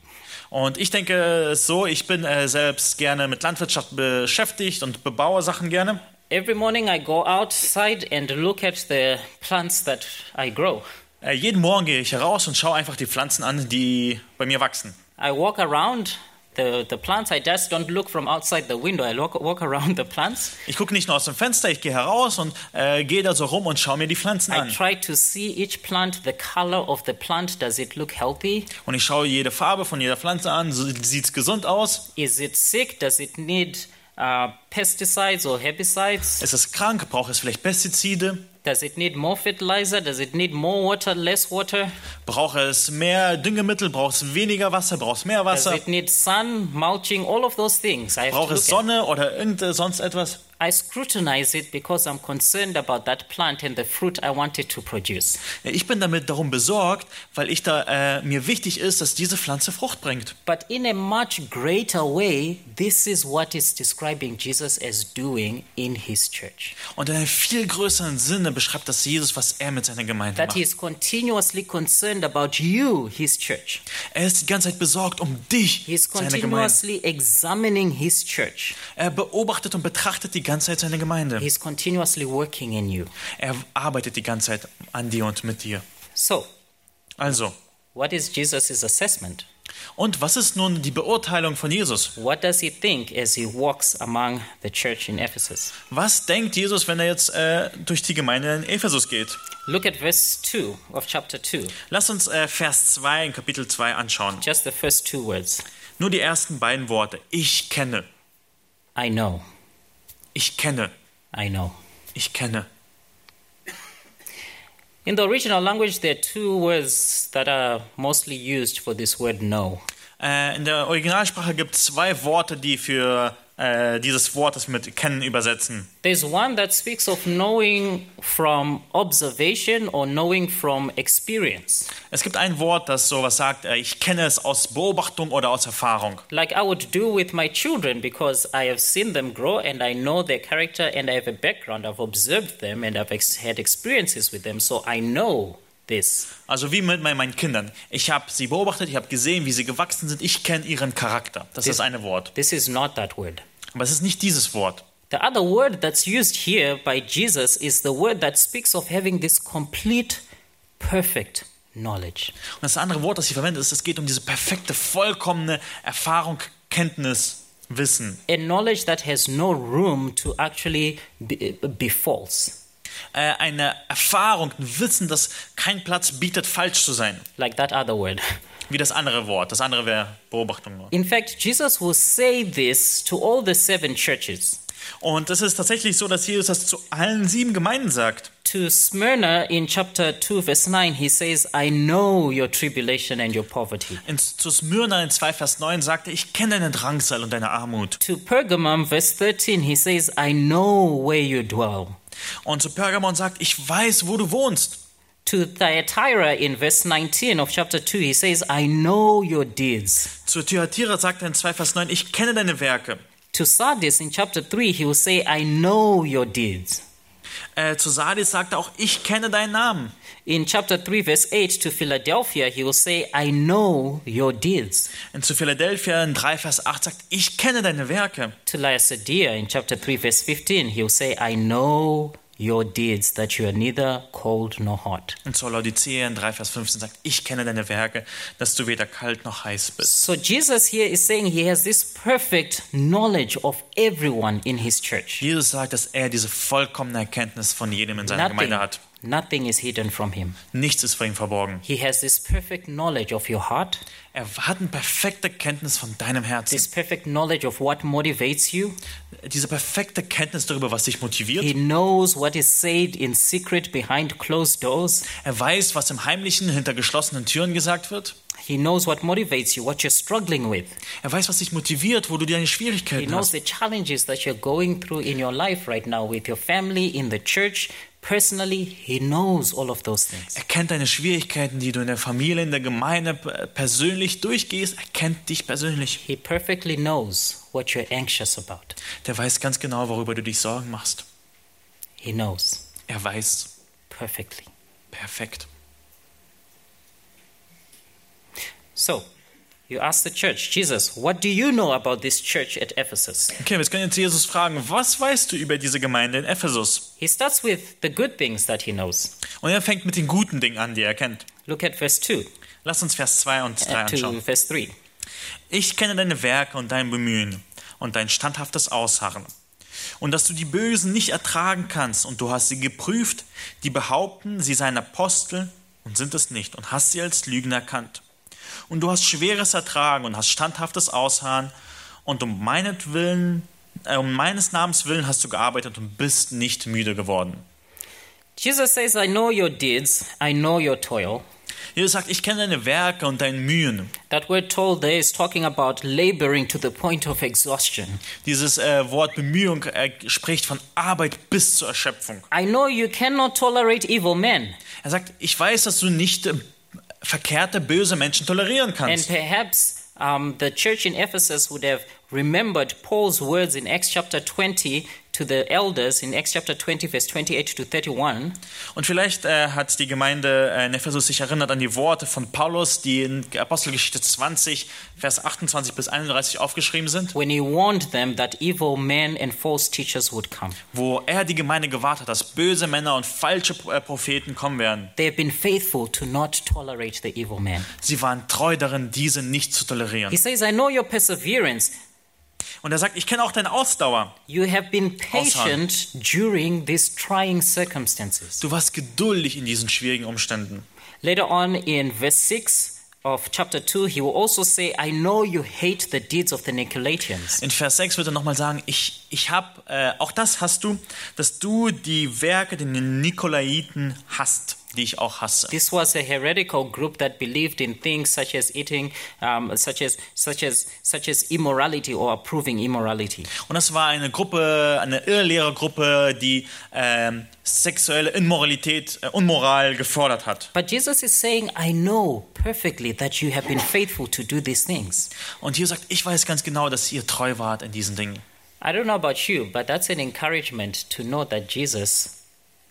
Speaker 2: Und ich denke so, ich bin äh, selbst gerne mit Landwirtschaft beschäftigt und bebaue Sachen gerne.
Speaker 1: Every morning I go outside and look at the plants that I grow.
Speaker 2: Äh, jeden Morgen gehe ich heraus und schaue einfach die Pflanzen an, die bei mir wachsen.
Speaker 1: I walk around the, the plants. I just don't look from outside the window. I walk, walk around the plants.
Speaker 2: Ich gucke nicht nur aus dem Fenster, ich gehe heraus und äh, gehe da so rum und schaue mir die Pflanzen
Speaker 1: I
Speaker 2: an.
Speaker 1: try to see each plant, the color of the plant. Does it look healthy?
Speaker 2: Und ich schaue jede Farbe von jeder Pflanze an, so, sieht es gesund aus,
Speaker 1: Is it sick? Does it need uh, pesticides or herbicides?
Speaker 2: ist es krank, braucht es vielleicht Pestizide,
Speaker 1: Does it need more fertilizer? Does it need more water, less water?
Speaker 2: braucht es mehr Düngemittel, braucht es weniger Wasser, braucht es mehr
Speaker 1: Does
Speaker 2: Wasser,
Speaker 1: it need sun, mulching? All of those things. I, have to
Speaker 2: braucht es
Speaker 1: look at.
Speaker 2: Sonne oder irgend äh, sonst etwas.
Speaker 1: I scrutinize it because I'm concerned about that plant and the fruit I want it to produce.
Speaker 2: Ich bin damit darum besorgt, weil ich da äh, mir wichtig ist, dass diese Pflanze Frucht bringt.
Speaker 1: But in a much greater way, this is what is describing Jesus as doing in his church.
Speaker 2: Und in einem viel größeren Sinne beschreibt das Jesus, was er mit seiner Gemeinde
Speaker 1: That he
Speaker 2: macht.
Speaker 1: is continuously concerned about you, his church.
Speaker 2: Er ist die ganze Zeit besorgt um dich,
Speaker 1: He is
Speaker 2: seine Gemeinde.
Speaker 1: continuously examining his church.
Speaker 2: Er beobachtet und betrachtet die ganze Zeit seine Gemeinde.
Speaker 1: He is continuously working in you.
Speaker 2: Er arbeitet die ganze Zeit an dir und mit dir.
Speaker 1: So,
Speaker 2: Also,
Speaker 1: what is Jesus' assessment?
Speaker 2: und was ist nun die Beurteilung von Jesus?
Speaker 1: What does he think as he walks among the church in Ephesus?
Speaker 2: Was denkt Jesus, wenn er jetzt äh, durch die Gemeinde in Ephesus geht?
Speaker 1: Look at verse 2 of chapter 2,
Speaker 2: Lass uns äh, Vers 2 in Kapitel 2 anschauen.
Speaker 1: just the first two words.
Speaker 2: Nur die ersten beiden Worte. Ich kenne.
Speaker 1: I know,
Speaker 2: Ich kenne.
Speaker 1: I know.
Speaker 2: Ich kenne.
Speaker 1: In the original language, there are two words that are mostly used for this word know.
Speaker 2: Äh, in der Originalsprache gibt es zwei Worte, die für äh, dieses Wort, das wir mit kennen, übersetzen.
Speaker 1: There's one that speaks of knowing from observation or knowing from experience.
Speaker 2: Es gibt ein Wort, das sowas sagt, äh, ich kenne es aus Beobachtung oder aus Erfahrung.
Speaker 1: Like I would do with my children because I have seen them grow and I know their character and I have a background. I've observed them and I've ex- had experiences with them, so I know this.
Speaker 2: Also wie mit mein- meinen Kindern. Ich habe sie beobachtet, ich habe gesehen, wie sie gewachsen sind. Ich kenne ihren Charakter. Das ist eine Wort.
Speaker 1: This is not that word.
Speaker 2: Aber es ist nicht dieses Wort.
Speaker 1: The other word that's used here by Jesus is the word that speaks of having this complete, perfect knowledge.
Speaker 2: Und das andere Wort, das sie verwendet, ist, es geht um diese perfekte, vollkommene Erfahrung, Kenntnis, Wissen.
Speaker 1: a knowledge that has no room to actually be, be false.
Speaker 2: Äh, eine Erfahrung, ein Wissen, das keinen Platz bietet, falsch zu sein.
Speaker 1: Like that other word.
Speaker 2: Wie das andere Wort. Das andere wäre Beobachtung.
Speaker 1: In fact, Jesus will say this to all the seven churches.
Speaker 2: Und es ist tatsächlich so, dass Jesus das zu allen sieben Gemeinden sagt.
Speaker 1: To Smyrna in chapter 2, verse 9, he says, I know your tribulation and your poverty.
Speaker 2: In, zu Smyrna in 2 Vers 9 sagte, ich kenne deine Drangsal und deine Armut.
Speaker 1: To Pergamum, verse 13, he says, I know where you dwell.
Speaker 2: Und zu Pergamon sagt, ich weiß, wo du wohnst.
Speaker 1: to Thyatira in verse 19 of chapter 2, he says, I know your deeds.
Speaker 2: Zu Thyatira sagt er in 2 Vers 9, ich kenne deine Werke.
Speaker 1: To Sardis in chapter 3, he will say, I know your deeds.
Speaker 2: Äh, zu Sardis sagt er auch, ich kenne deinen Namen.
Speaker 1: In chapter 3, verse 8, to Philadelphia, he will say, I know your deeds.
Speaker 2: Und zu Philadelphia in 3 Vers 8 sagt, ich kenne deine Werke.
Speaker 1: To Laodicea in chapter 3, verse 15, he will say, I know your deeds, that you are neither cold nor hot.
Speaker 2: Und zu Laodicea in 3 Vers 15 sagt, ich kenne deine Werke, dass du weder kalt noch heiß bist.
Speaker 1: So Jesus here is saying he has this perfect knowledge of everyone in his church.
Speaker 2: Jesus sagt, dass er diese vollkommene Erkenntnis von jedem in seiner
Speaker 1: Nothing,
Speaker 2: Gemeinde hat.
Speaker 1: nothing is hidden from him.
Speaker 2: Nichts ist vor ihm verborgen.
Speaker 1: He has this perfect knowledge of your heart,
Speaker 2: Er hat eine perfekte Kenntnis von deinem Herzen.
Speaker 1: this perfect knowledge of what motivates you.
Speaker 2: Diese perfekte Kenntnis darüber, was dich
Speaker 1: He
Speaker 2: motiviert.
Speaker 1: knows what is said in secret behind closed doors.
Speaker 2: Er weiß, was im Heimlichen hinter geschlossenen Türen gesagt wird.
Speaker 1: He knows what motivates you, what you're struggling with.
Speaker 2: Er weiß, was dich motiviert, wo du deine
Speaker 1: He
Speaker 2: Schwierigkeiten
Speaker 1: knows
Speaker 2: hast.
Speaker 1: the challenges that you're going through in your life right now with your family, in the church, personally. He knows all of those things.
Speaker 2: Er kennt deine Schwierigkeiten, die du in der Familie, in der Gemeinde p- persönlich durchgehst. Er kennt dich persönlich.
Speaker 1: He perfectly knows what you're anxious about.
Speaker 2: Der weiß ganz genau, worüber du dich Sorgen machst.
Speaker 1: He knows
Speaker 2: Er weiß
Speaker 1: perfectly.
Speaker 2: perfekt.
Speaker 1: So, you ask the church, Jesus, what do you know about this church at Ephesus?
Speaker 2: Okay, wir können jetzt Jesus fragen, was weißt du über diese Gemeinde in Ephesus?
Speaker 1: He starts with the good things that he knows.
Speaker 2: Und er fängt mit den guten Dingen an, die er kennt.
Speaker 1: Look at verse 2
Speaker 2: Lass uns Vers 2 und 3
Speaker 1: uh, to
Speaker 2: anschauen.
Speaker 1: verse 3.
Speaker 2: Ich kenne deine Werke und dein Bemühen und dein standhaftes Ausharren. Und dass du die Bösen nicht ertragen kannst und du hast sie geprüft, die behaupten, sie seien Apostel und sind es nicht und hast sie als Lügen erkannt. Und du hast schweres Ertragen und hast standhaftes Ausharren und um, meinetwillen, äh, um meines Namens willen hast du gearbeitet und bist nicht müde geworden.
Speaker 1: Jesus says, I know your deeds, I know your toil.
Speaker 2: Jesus sagt, ich kenne deine Werke und deine Mühen.
Speaker 1: That word toil there is talking about laboring to the point of exhaustion.
Speaker 2: Dieses äh, Wort Bemühung äh, spricht von Arbeit bis zur Erschöpfung.
Speaker 1: I know you cannot tolerate evil men,
Speaker 2: Er sagt, ich weiß, dass du nicht äh, verkehrte, böse Menschen tolerieren
Speaker 1: and
Speaker 2: kannst.
Speaker 1: perhaps um, the church in Ephesus would have remembered Paul's words in Acts chapter 20 to the elders in Acts chapter 20, verse 28 to 31.
Speaker 2: Und vielleicht äh, hat die Gemeinde äh, in Ephesus sich erinnert an die Worte von Paulus, die in Apostelgeschichte 20, Vers 28 bis 31 aufgeschrieben sind,
Speaker 1: when he warned them that evil men and false teachers would come.
Speaker 2: wo er die Gemeinde gewahrt hat, dass böse Männer und falsche äh, Propheten kommen werden.
Speaker 1: They have been faithful to not tolerate the evil man.
Speaker 2: Sie waren treu darin, diese nicht zu
Speaker 1: He
Speaker 2: tolerieren.
Speaker 1: says, I know your perseverance.
Speaker 2: Und er sagt, ich kenne auch deine Ausdauer.
Speaker 1: You have been patient during these trying circumstances.
Speaker 2: Du warst geduldig in diesen schwierigen Umständen.
Speaker 1: Later on in verse 6 of chapter 2, he will also say, I know you hate the deeds of the Nicolaitans.
Speaker 2: In Vers 6 wird er nochmal sagen, ich, ich habe, äh, auch das hast du, dass du die Werke der Nikolaiten hasst, die ich auch hasse.
Speaker 1: This was a heretical group that believed in things such as eating, um, such as such as such as immorality or approving immorality.
Speaker 2: Und das war eine Gruppe, eine Irrlehrergruppe, die ähm, sexuelle Immoralität, äh, Unmoral gefordert hat.
Speaker 1: But Jesus is saying, I know perfectly that you have been faithful to do these things.
Speaker 2: Und hier sagt, ich weiß ganz genau, dass ihr treu wart in diesen Dingen.
Speaker 1: I don't know about you, but that's an encouragement to know that Jesus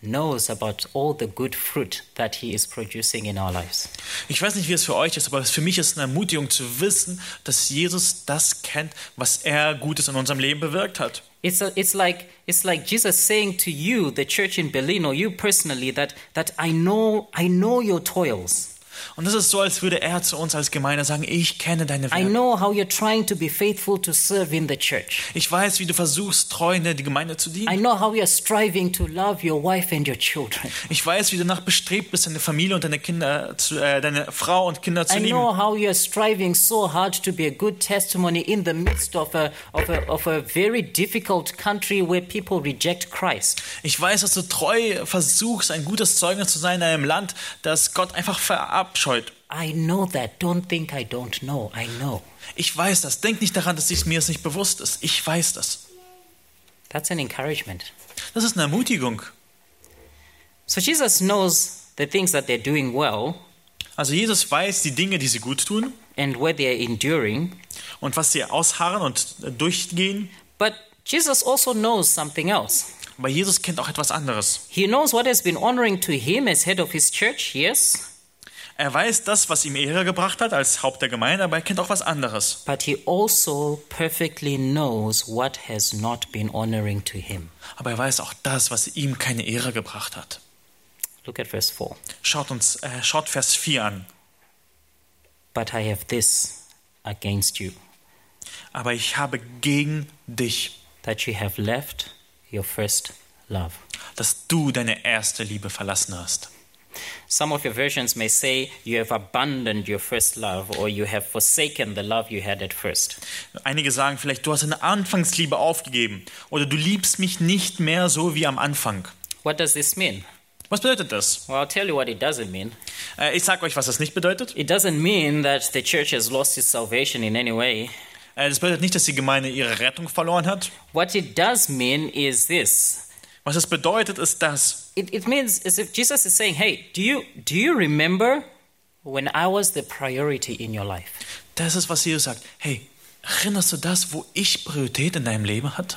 Speaker 1: knows about all the good fruit that he is producing in our lives.
Speaker 2: Ich weiß nicht, wie es für euch ist, aber für mich ist es eine Ermutigung zu wissen, dass Jesus das kennt, was er Gutes in unserem Leben bewirkt hat.
Speaker 1: It's, a, it's, like, it's like Jesus saying to you, the church in Berlin, or you personally, that, that I, know, I know your toils.
Speaker 2: Und das ist so, als würde er zu uns als Gemeinde sagen, ich kenne deine
Speaker 1: I
Speaker 2: Werke.
Speaker 1: know how you're trying to be faithful to serve in the church.
Speaker 2: Ich weiß, wie du versuchst, treu in der Gemeinde zu
Speaker 1: I
Speaker 2: dienen.
Speaker 1: know how you're striving to love your wife and your children.
Speaker 2: Ich weiß, wie du danach bestrebt bist, deine Familie und deine Kinder, zu, äh, deine Frau und Kinder zu
Speaker 1: I
Speaker 2: lieben.
Speaker 1: know how you're striving so hard to be a good testimony in the midst of a, of a, of a very difficult country where people reject Christ.
Speaker 2: Ich weiß, dass du treu versuchst, ein gutes Zeugnis zu sein in einem Land, das Gott einfach verabscheut.
Speaker 1: I know that. Don't think I don't know. I know.
Speaker 2: Ich weiß das. Denk nicht daran, dass ich mir es nicht bewusst ist. Ich weiß das.
Speaker 1: That's an encouragement.
Speaker 2: Das ist eine Ermutigung.
Speaker 1: So Jesus knows the things that they're doing well
Speaker 2: Also Jesus weiß die Dinge, die sie gut tun
Speaker 1: and where they're enduring.
Speaker 2: und was sie ausharren und äh, durchgehen.
Speaker 1: But Jesus also knows something else.
Speaker 2: Aber Jesus kennt auch etwas anderes.
Speaker 1: He knows what has been honoring to him as head of his church, yes,
Speaker 2: Er weiß das, was ihm Ehre gebracht hat als Haupt der Gemeinde, aber er kennt auch was anderes.
Speaker 1: but he also perfectly knows what has not been honoring to him.
Speaker 2: Aber er weiß auch das, was ihm keine Ehre gebracht hat.
Speaker 1: Look at verse 4.
Speaker 2: Schaut uns, äh, schaut Vers 4 an.
Speaker 1: But I have this against you,
Speaker 2: Aber ich habe gegen dich,
Speaker 1: that you have left your first love.
Speaker 2: dass du deine erste Liebe verlassen hast.
Speaker 1: Some of your versions may say you have abandoned your first love or you have forsaken the love you had at first.
Speaker 2: Einige sagen vielleicht, du hast deine Anfangsliebe aufgegeben oder du liebst mich nicht mehr so wie am Anfang.
Speaker 1: What does this mean?
Speaker 2: Was bedeutet das?
Speaker 1: Well, I'll tell you what it doesn't mean.
Speaker 2: Äh, Ich sage euch, was das nicht bedeutet.
Speaker 1: It doesn't mean that the church has lost its salvation in any way.
Speaker 2: Äh, Das bedeutet nicht, dass die Gemeinde ihre Rettung verloren hat.
Speaker 1: What it does mean is this.
Speaker 2: Was es bedeutet, ist das.
Speaker 1: It, it means as if Jesus is saying, Hey, do you, do you remember when I was the priority in your life?
Speaker 2: Das ist, was Jesus sagt. Hey, erinnerst du das, wo ich Priorität in deinem Leben hatte?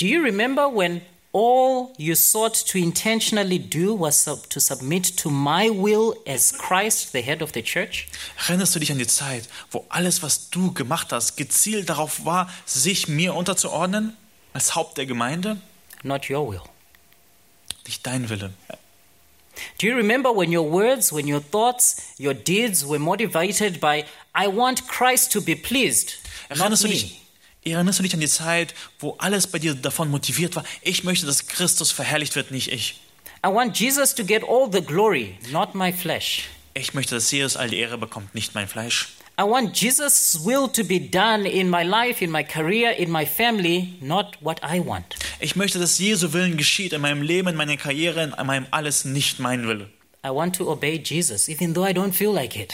Speaker 1: Do you remember when all you sought to intentionally do was sub- to submit to my will as Christ, the head of the church?
Speaker 2: Erinnerst du dich an die Zeit, wo alles, was du gemacht hast, gezielt darauf war, sich mir unterzuordnen? Als Haupt der Gemeinde?
Speaker 1: Not your will.
Speaker 2: Nicht dein Wille.
Speaker 1: Do you remember when your words, when your thoughts, your deeds were motivated by, I want Christ to be pleased? Not
Speaker 2: Erinnerst du,
Speaker 1: me.
Speaker 2: dich, erinnerst du dich an die Zeit, wo alles bei dir davon motiviert war, ich möchte, dass Christus verherrlicht wird, nicht ich.
Speaker 1: I want Jesus to get all the glory, not my flesh.
Speaker 2: Ich möchte, dass Jesus all die Ehre bekommt, nicht mein Fleisch.
Speaker 1: I want Jesus' will to be done in my life, in my career, in my family, not what I want.
Speaker 2: Ich möchte, dass Jesu Willen geschieht in meinem Leben, in meiner Karriere, in meinem alles, nicht mein Wille.
Speaker 1: I want to obey Jesus, even though I don't feel like it.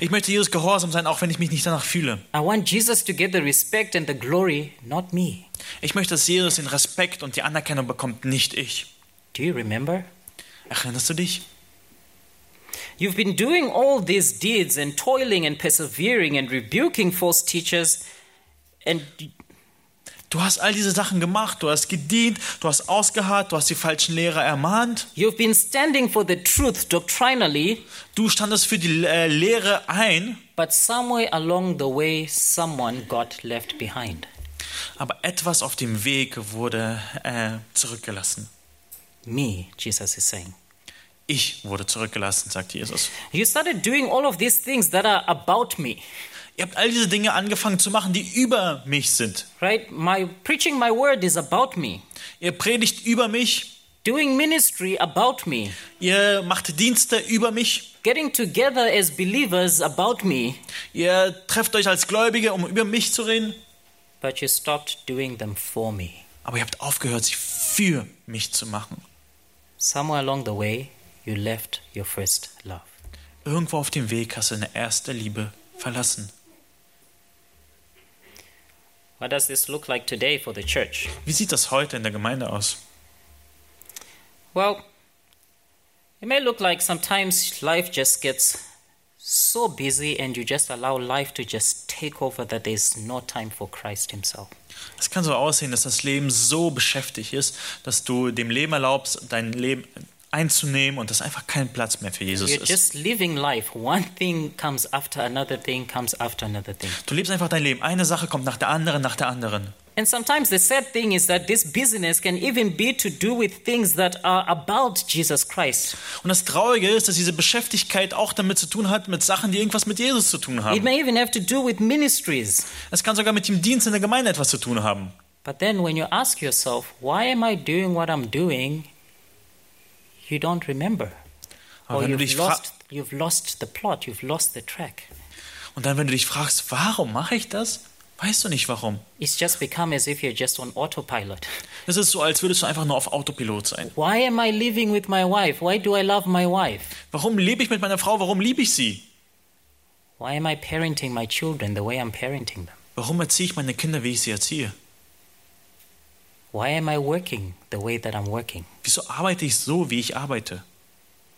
Speaker 2: Ich möchte Jesus gehorsam sein, auch wenn ich mich nicht danach fühle.
Speaker 1: I want Jesus to get the respect and the glory, not me.
Speaker 2: Ich möchte, dass Jesus den Respekt und die Anerkennung bekommt, nicht ich.
Speaker 1: Do you remember?
Speaker 2: Erinnerst du dich?
Speaker 1: You've been doing all these deeds and toiling and persevering and rebuking false teachers, and
Speaker 2: Du hast all diese Sachen gemacht, du hast gedient, du hast ausgeharrt, du hast die falschen Lehrer ermahnt,
Speaker 1: you've been standing for the truth doctrinally,
Speaker 2: du standest für die äh, Lehre ein,
Speaker 1: but somewhere along the way, someone got left behind.
Speaker 2: aber etwas auf dem Weg wurde äh, zurückgelassen.
Speaker 1: Me, Jesus is saying.
Speaker 2: Ich wurde zurückgelassen, sagt Jesus.
Speaker 1: You started doing all of these things that are about me,
Speaker 2: Ihr habt all diese Dinge angefangen zu machen, die über mich sind.
Speaker 1: right? My preaching my word is about me.
Speaker 2: Ihr predigt über mich,
Speaker 1: Doing ministry about me.
Speaker 2: ihr macht Dienste über mich,
Speaker 1: Getting together as believers about me,
Speaker 2: ihr trefft euch als Gläubige, um über mich zu reden,
Speaker 1: but you stopped doing them for me.
Speaker 2: aber ihr habt aufgehört, sie für mich zu machen.
Speaker 1: Somewhere along the way, you left your first love.
Speaker 2: Irgendwo auf dem Weg hast du deine erste Liebe verlassen.
Speaker 1: What does this look like today for the church?
Speaker 2: Wie sieht das heute in der Gemeinde aus?
Speaker 1: Well, it may look like sometimes life just gets so busy and you just allow life to just take over that there's no time for Christ Himself.
Speaker 2: Es kann so aussehen, dass das Leben so beschäftigt ist, dass du dem Leben erlaubst, dein Leben einzunehmen und dass einfach kein Platz mehr für Jesus
Speaker 1: You're
Speaker 2: ist.
Speaker 1: just living life. One thing comes after another thing comes after another thing.
Speaker 2: Du lebst einfach dein Leben. Eine Sache kommt nach der anderen, nach der anderen.
Speaker 1: And sometimes the sad thing is that this busyness can even be to do with things that are about Jesus Christ.
Speaker 2: Und das Traurige ist, dass diese Beschäftigkeit auch damit zu tun hat, mit Sachen, die irgendwas mit Jesus zu tun
Speaker 1: It
Speaker 2: haben.
Speaker 1: may even have to do with ministries.
Speaker 2: Es kann sogar mit dem Dienst in der Gemeinde etwas zu tun haben.
Speaker 1: But then when you ask yourself, why am I doing what I'm doing? You don't remember.
Speaker 2: Aber
Speaker 1: or
Speaker 2: wenn du
Speaker 1: Oh, you've
Speaker 2: dich fra-
Speaker 1: lost, you've lost the plot, you've lost the track.
Speaker 2: und dann, wenn du dich fragst, warum mache ich das, weißt du nicht warum.
Speaker 1: It's just become as if you're just on autopilot.
Speaker 2: Es ist so, als würdest du einfach nur auf Autopilot sein.
Speaker 1: Why am I living with my wife? Why do I love my wife?
Speaker 2: Warum lebe ich mit meiner Frau? Warum liebe ich sie?
Speaker 1: Why am I parenting my children the way I'm parenting them?
Speaker 2: Warum erziehe ich meine Kinder, wie ich sie erziehe?
Speaker 1: Why am I working the way that I'm working?
Speaker 2: Wieso arbeite ich so, wie ich arbeite?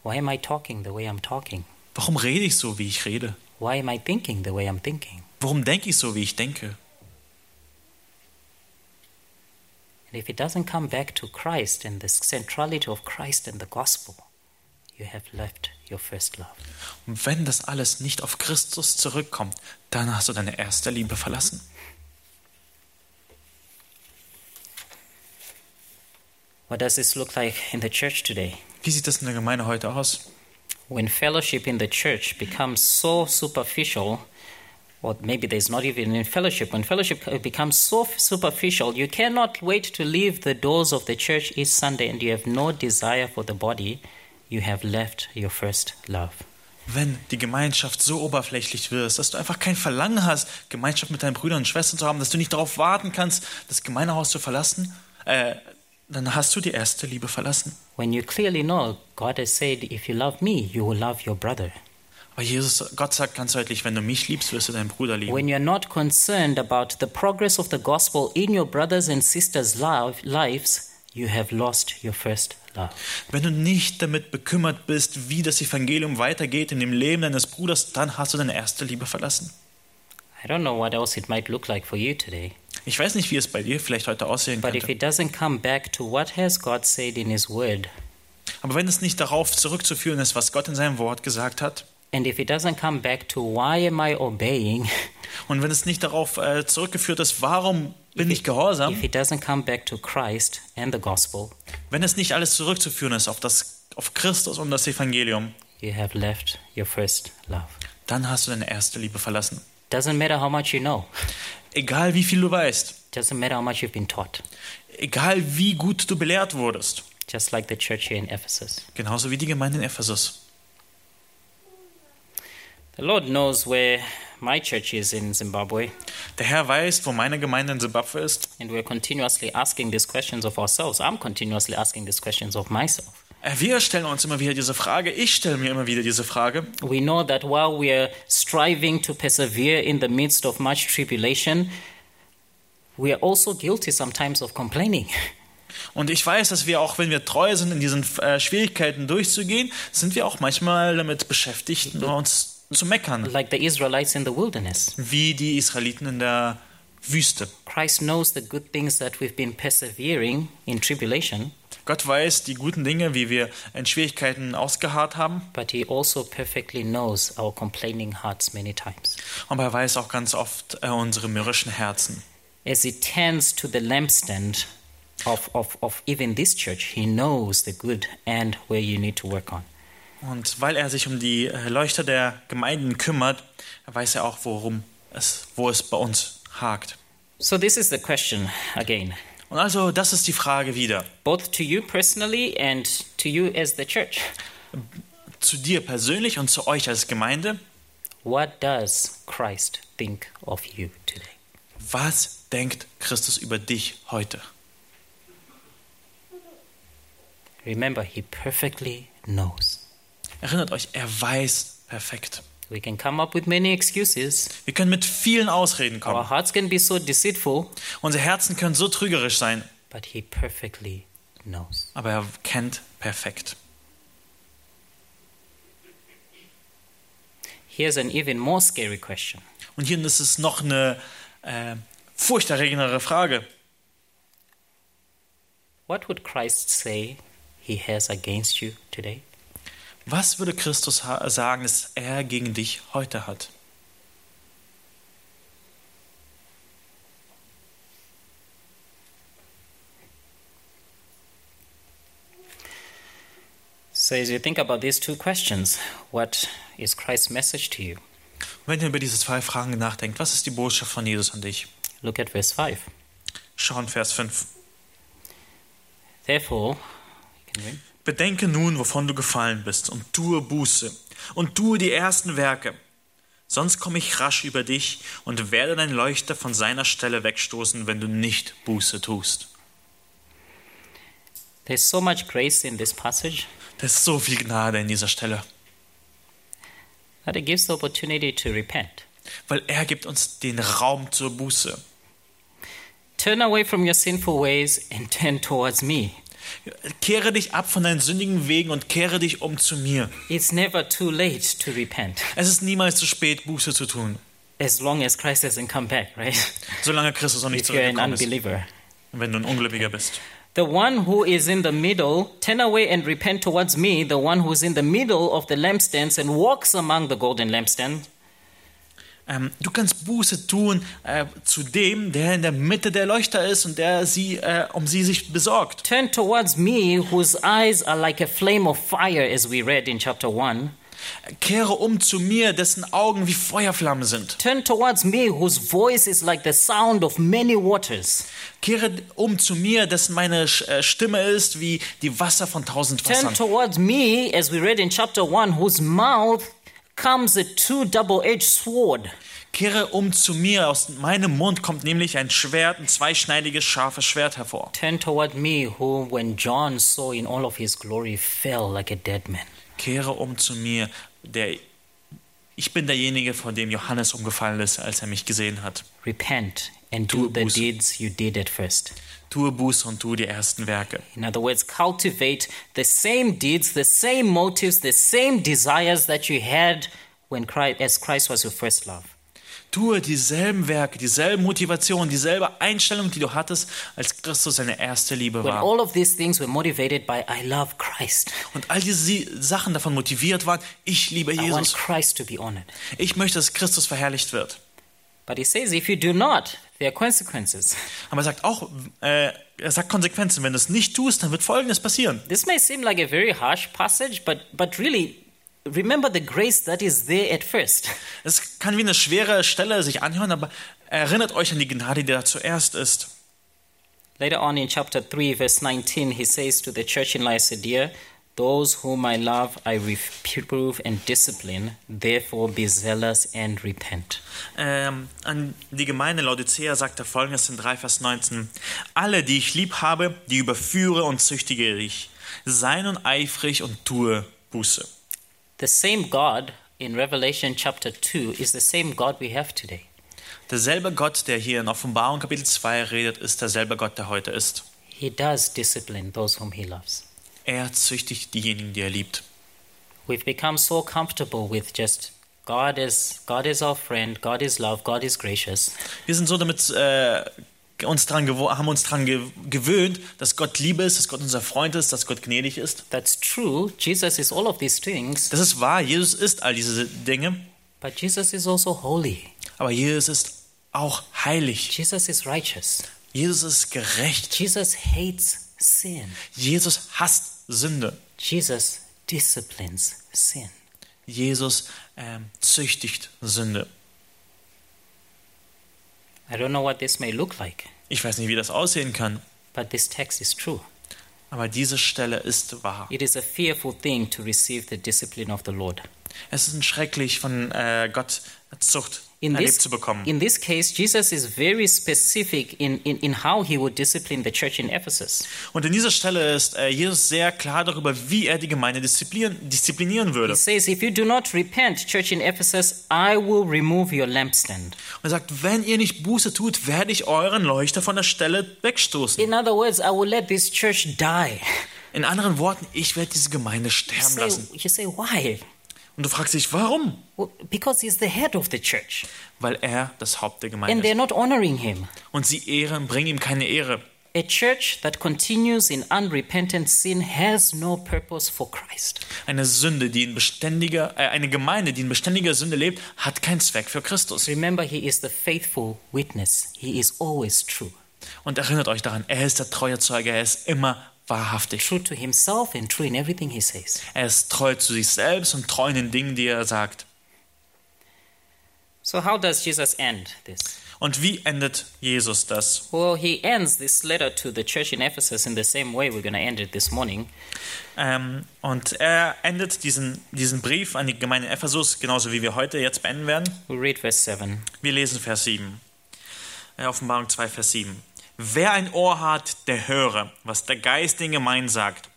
Speaker 1: Why am I talking the way I'm talking?
Speaker 2: Warum rede ich so, wie ich rede?
Speaker 1: Why am I thinking the way I'm thinking?
Speaker 2: Warum denke ich so, wie ich denke?
Speaker 1: And if it doesn't come back to Christ and the centrality of Christ and the gospel, you have left your first love.
Speaker 2: Und wenn das alles nicht auf Christus zurückkommt, dann hast du deine erste Liebe verlassen.
Speaker 1: What does this look like in the church today?
Speaker 2: Wie sieht das in der Gemeinde heute aus?
Speaker 1: When fellowship in the church becomes so superficial, or maybe there's not even in fellowship, when fellowship becomes so superficial, you cannot wait to leave the doors of the church each Sunday and you have no desire for the body, you have left your first love.
Speaker 2: Wenn die Gemeinschaft so oberflächlich wird, dass du einfach kein Verlangen hast, Gemeinschaft mit deinen Brüdern und Schwestern zu haben, dass du nicht darauf warten kannst, das Gemeindehaus zu verlassen, äh, dann hast du die erste Liebe verlassen.
Speaker 1: When you clearly know God has said, if you love me, you will love your brother.
Speaker 2: Aber Jesus, Gott sagt ganz deutlich, wenn du mich liebst, wirst du deinen Bruder lieben.
Speaker 1: When you're not concerned about the progress of the gospel in your brothers and sisters' live- lives, you have lost your first love.
Speaker 2: Wenn du nicht damit bekümmert bist, wie das Evangelium weitergeht in dem Leben deines Bruders, dann hast du deine erste Liebe verlassen.
Speaker 1: I don't know what else it might look like for you today,
Speaker 2: Ich weiß nicht, wie es bei dir vielleicht heute aussehen
Speaker 1: but if
Speaker 2: könnte.
Speaker 1: it doesn't come back to what has God said in His Word,
Speaker 2: Aber wenn es nicht darauf zurückzuführen ist, was Gott in seinem Wort gesagt hat,
Speaker 1: and if it doesn't come back to why am I obeying,
Speaker 2: und wenn es nicht darauf äh, zurückgeführt ist, warum bin ich gehorsam,
Speaker 1: if it doesn't come back to Christ and the gospel,
Speaker 2: wenn es nicht alles zurückzuführen ist auf, das, auf Christus und das Evangelium,
Speaker 1: you have left your first love.
Speaker 2: dann hast du deine erste Liebe verlassen.
Speaker 1: Doesn't matter how much you know,
Speaker 2: Egal wie viel du weißt,
Speaker 1: doesn't matter how much you've been taught,
Speaker 2: egal wie gut du belehrt wurdest,
Speaker 1: just like the church here in Ephesus.
Speaker 2: genauso wie die Gemeinde in Ephesus.
Speaker 1: The Lord knows where my church is in Zimbabwe,
Speaker 2: Der Herr weiß, wo meine Gemeinde in Simbabwe ist.
Speaker 1: and we're continuously asking these questions of ourselves. I'm continuously asking these questions of myself.
Speaker 2: Äh, Wir stellen uns immer wieder diese Frage. Ich stelle mir immer wieder diese Frage.
Speaker 1: We know that while we are striving to persevere in the midst of much tribulation, we are also guilty sometimes of complaining.
Speaker 2: Und ich weiß, dass wir auch, wenn wir treu sind, in diesen äh, Schwierigkeiten durchzugehen, sind wir auch manchmal damit beschäftigt, nur uns zu meckern,
Speaker 1: Like the Israelites in the wilderness,
Speaker 2: wie die Israeliten in der Wüste.
Speaker 1: Christ knows the good things that we've been persevering in tribulation,
Speaker 2: Gott weiß die guten Dinge, wie wir in Schwierigkeiten ausgeharrt haben,
Speaker 1: but He also perfectly knows our complaining hearts many times.
Speaker 2: aber er weiß auch ganz oft äh, unsere mürrischen Herzen.
Speaker 1: as it tends to the lampstand of, of, of even this church, he knows the good and where you need to work on.
Speaker 2: Und weil er sich um die äh, Leuchter der Gemeinden kümmert, weiß er auch, worum es, wo es bei uns hakt.
Speaker 1: So, this is the question again,
Speaker 2: Und also, das ist die Frage wieder.
Speaker 1: both to you personally and to you as the church.
Speaker 2: Zu dir persönlich und zu euch als Gemeinde.
Speaker 1: What does Christ think of you today?
Speaker 2: Was denkt Christus über dich heute?
Speaker 1: Remember, he perfectly knows.
Speaker 2: Erinnert euch, er weiß perfekt.
Speaker 1: We can come up with many excuses.
Speaker 2: Wir können mit vielen Ausreden
Speaker 1: Our
Speaker 2: kommen.
Speaker 1: hearts can be so deceitful,
Speaker 2: Unsere Herzen können so trügerisch sein,
Speaker 1: but he perfectly knows.
Speaker 2: aber er kennt perfekt.
Speaker 1: Here's an even more scary question
Speaker 2: Und hier ist es noch eine äh, furchterregendere Frage.
Speaker 1: What would Christ say he has against you today?
Speaker 2: Was würde Christus ha- sagen, dass er gegen dich heute hat?
Speaker 1: So, as you think about these two questions, what is Christ's message to you?
Speaker 2: Wenn ihr über diese zwei Fragen nachdenkt, was ist die Botschaft von Jesus an dich?
Speaker 1: Look at verse 5.
Speaker 2: Schauen Vers 5.
Speaker 1: Therefore, you can read.
Speaker 2: Bedenke nun, wovon du gefallen bist, und tue Buße, und tue die ersten Werke. Sonst komme ich rasch über dich und werde dein Leuchter von seiner Stelle wegstoßen, wenn du nicht Buße tust.
Speaker 1: there's so much grace in this passage
Speaker 2: Da ist so viel Gnade in dieser Stelle,
Speaker 1: that it gives the opportunity to repent.
Speaker 2: weil er gibt uns den Raum zur Buße.
Speaker 1: Turn away from your sinful ways and turn towards me.
Speaker 2: Kehre dich ab von deinen sündigen Wegen und kehre dich um zu mir.
Speaker 1: It's never too late to repent
Speaker 2: Es ist niemals zu spät, Buße zu tun,
Speaker 1: as long as Christ hasn't come back, right?
Speaker 2: solange Christus noch
Speaker 1: If
Speaker 2: nicht
Speaker 1: you're an
Speaker 2: zurückgekommen ist.
Speaker 1: unbeliever.
Speaker 2: Wenn du ein Unglücklicher bist.
Speaker 1: The one who is in the middle, turn away and repent towards me, the one who's in the middle of the lampstands and walks among the golden lampstands.
Speaker 2: Ähm, du kannst Buße tun äh, zu dem, der in der Mitte der Leuchter ist und der sie, äh, um sie sich besorgt.
Speaker 1: Turn towards me, whose eyes are like a flame of fire, as we read in chapter 1.
Speaker 2: Kehre um zu mir, dessen Augen wie Feuerflammen sind.
Speaker 1: Turn towards me, whose voice is like the sound of many waters.
Speaker 2: Kehre um zu mir, dessen meine Sch- äh, Stimme ist wie die Wasser von tausend
Speaker 1: Turn
Speaker 2: Wassern.
Speaker 1: towards me, as we read in chapter 1, whose mouth comes a two double edged sword.
Speaker 2: Kehre um zu mir, aus meinem Mund kommt nämlich ein Schwert, ein zweischneidiges, scharfes Schwert hervor.
Speaker 1: Turn toward me, who, when John saw in all of his glory, fell like a dead man.
Speaker 2: Kehre um zu mir, der ich bin derjenige, von dem Johannes umgefallen ist, als er mich gesehen hat.
Speaker 1: Repent and
Speaker 2: Tu
Speaker 1: do the
Speaker 2: Buße.
Speaker 1: deeds you did at first.
Speaker 2: Tue Buße und tu die ersten Werke.
Speaker 1: In other words, cultivate the same deeds, the same motives, the same desires that you had when Christ, as Christ was your first love.
Speaker 2: Tue dieselben Werke, dieselbe Motivation, dieselbe Einstellung, die du hattest, als Christus seine erste Liebe
Speaker 1: When
Speaker 2: war.
Speaker 1: all of these things were motivated by I love Christ.
Speaker 2: Und all diese Sie- Sachen davon motiviert waren, ich liebe
Speaker 1: I want
Speaker 2: Jesus,
Speaker 1: Christ to be honored.
Speaker 2: ich möchte, dass Christus verherrlicht wird.
Speaker 1: But he says if you do not, there are consequences.
Speaker 2: Aber er sagt auch, äh, er sagt Konsequenzen, wenn du es nicht tust, dann wird Folgendes passieren.
Speaker 1: This may seem like a very harsh passage, but but really remember the grace that is there at first.
Speaker 2: Es kann wie eine schwere Stelle sich anhören, aber erinnert euch an die Gnade, die da zuerst ist.
Speaker 1: Later on in chapter 3, verse 19, he says to the church in Laodicea, Those whom I love, I reprove and discipline, therefore be zealous and repent.
Speaker 2: Ähm, an die Gemeinde Laodicea sagt er folgendes in 3 Vers 19. Alle, die ich lieb habe, die überführe und züchtige ich. Sei nun eifrig und tue Buße.
Speaker 1: The same God in Revelation chapter 2 is the same God we have today.
Speaker 2: Derselbe Gott, der hier in Offenbarung Kapitel 2 redet, ist derselbe Gott, der heute ist.
Speaker 1: He does discipline those whom he loves.
Speaker 2: Er züchtigt diejenigen, die er liebt.
Speaker 1: We've become so comfortable with just God is God is our friend, God is love, God is gracious.
Speaker 2: Wir sind so damit äh, uns dran gewo- haben uns daran ge gewöhnt, dass Gott Liebe ist, dass Gott unser Freund ist, dass Gott gnädig ist.
Speaker 1: That's true. Jesus is all of these things,
Speaker 2: Das ist wahr, Jesus ist all diese Dinge,
Speaker 1: but Jesus is also holy.
Speaker 2: aber Jesus ist auch heilig.
Speaker 1: Jesus is righteous.
Speaker 2: Jesus ist gerecht.
Speaker 1: Jesus hates sin.
Speaker 2: Jesus hasst Sünde.
Speaker 1: Jesus disciplines sin.
Speaker 2: Jesus ähm, züchtigt Sünde.
Speaker 1: I don't know what this may look like,
Speaker 2: Ich weiß nicht, wie das aussehen kann,
Speaker 1: but this text is true.
Speaker 2: aber diese Stelle ist wahr.
Speaker 1: It is a fearful thing to receive the discipline of the Lord.
Speaker 2: Es ist schrecklich, von äh, Gott Zucht
Speaker 1: In
Speaker 2: erlebt
Speaker 1: this,
Speaker 2: zu bekommen.
Speaker 1: in this case, Jesus is very specific in, in, in how he would discipline the church in Ephesus.
Speaker 2: Und in dieser Stelle ist äh, Jesus sehr klar darüber, wie er die Gemeinde disziplinieren, disziplinieren würde.
Speaker 1: He says, If you do not repent, church in Ephesus, I will remove your lampstand.
Speaker 2: Und er sagt, wenn ihr nicht Buße tut, werde ich euren Leuchter von der Stelle wegstoßen.
Speaker 1: In other words, I will let this church die.
Speaker 2: In anderen Worten, ich werde diese Gemeinde
Speaker 1: You
Speaker 2: sterben
Speaker 1: say,
Speaker 2: lassen.
Speaker 1: you say, why?
Speaker 2: Und du fragst dich, warum?
Speaker 1: Well, because he's the head of the church
Speaker 2: Weil er das Haupt der
Speaker 1: and
Speaker 2: Gemeinde
Speaker 1: they're
Speaker 2: ist.
Speaker 1: not honoring him.
Speaker 2: Und sie ehren, bringen ihm keine Ehre.
Speaker 1: A church that continues in unrepentant sin has no purpose for Christ.
Speaker 2: Eine Sünde, die in beständiger, äh, eine Gemeinde, die in beständiger Sünde lebt, hat keinen Zweck für Christus.
Speaker 1: Remember, He is the faithful witness, He is always true,
Speaker 2: Und erinnert euch daran, er ist der treue Zeuge, er ist immer wahrhaftig.
Speaker 1: true to Himself and true in everything He says.
Speaker 2: Er ist treu zu sich selbst und treu in den Dingen, die er sagt.
Speaker 1: So, how does Jesus end this?
Speaker 2: Und wie endet Jesus das?
Speaker 1: Well, He ends this letter to the church in Ephesus in the same way we're going to end it this morning.
Speaker 2: Ähm, und er endet diesen, diesen Brief an die Gemeinde Ephesus, genauso wie wir heute jetzt beenden werden.
Speaker 1: We'll read verse 7.
Speaker 2: Wir lesen Vers 7. Äh, Offenbarung 2, Vers 7. Wer ein Ohr hat, der höre, was der Geist den Gemeinen sagt.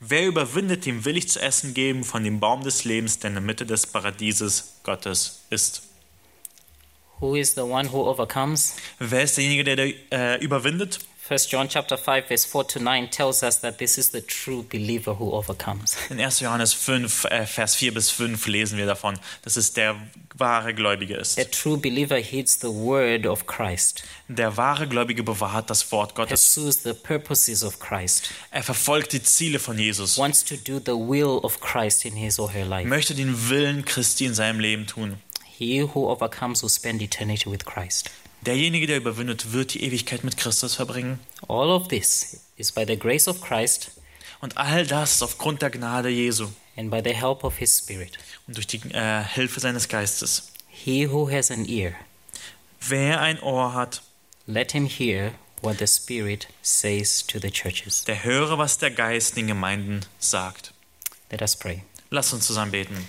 Speaker 2: Wer überwindet, dem will ich zu essen geben von dem Baum des Lebens, der in der Mitte des Paradieses Gottes ist.
Speaker 1: Who is the one who overcomes?
Speaker 2: Wer ist derjenige, der, der äh, überwindet?
Speaker 1: 1 John chapter 5 verse 4 to 9 tells us that this is the true believer who overcomes.
Speaker 2: In 1. Johannes 5, äh, Vers 4 bis 5 lesen wir davon, dass es der wahre Gläubige ist.
Speaker 1: The true believer heeds the word of Christ,
Speaker 2: Der wahre Gläubige bewahrt das Wort Gottes.
Speaker 1: pursues the purposes of Christ,
Speaker 2: Er verfolgt die Ziele von Jesus,
Speaker 1: wants to do the will of Christ in his or her life.
Speaker 2: möchte den Willen Christi in seinem Leben tun.
Speaker 1: He who overcomes will spend eternity with Christ.
Speaker 2: Derjenige, der überwindet, wird die Ewigkeit mit Christus verbringen.
Speaker 1: All of this is by the grace of Christ
Speaker 2: Und all das aufgrund der Gnade Jesu
Speaker 1: and by the help of his Spirit.
Speaker 2: und durch die äh, Hilfe seines Geistes.
Speaker 1: He who has an ear,
Speaker 2: Wer ein Ohr hat,
Speaker 1: let him hear what the Spirit says to the churches.
Speaker 2: der höre, was der Geist den Gemeinden sagt.
Speaker 1: Let us pray.
Speaker 2: Lass uns zusammen beten.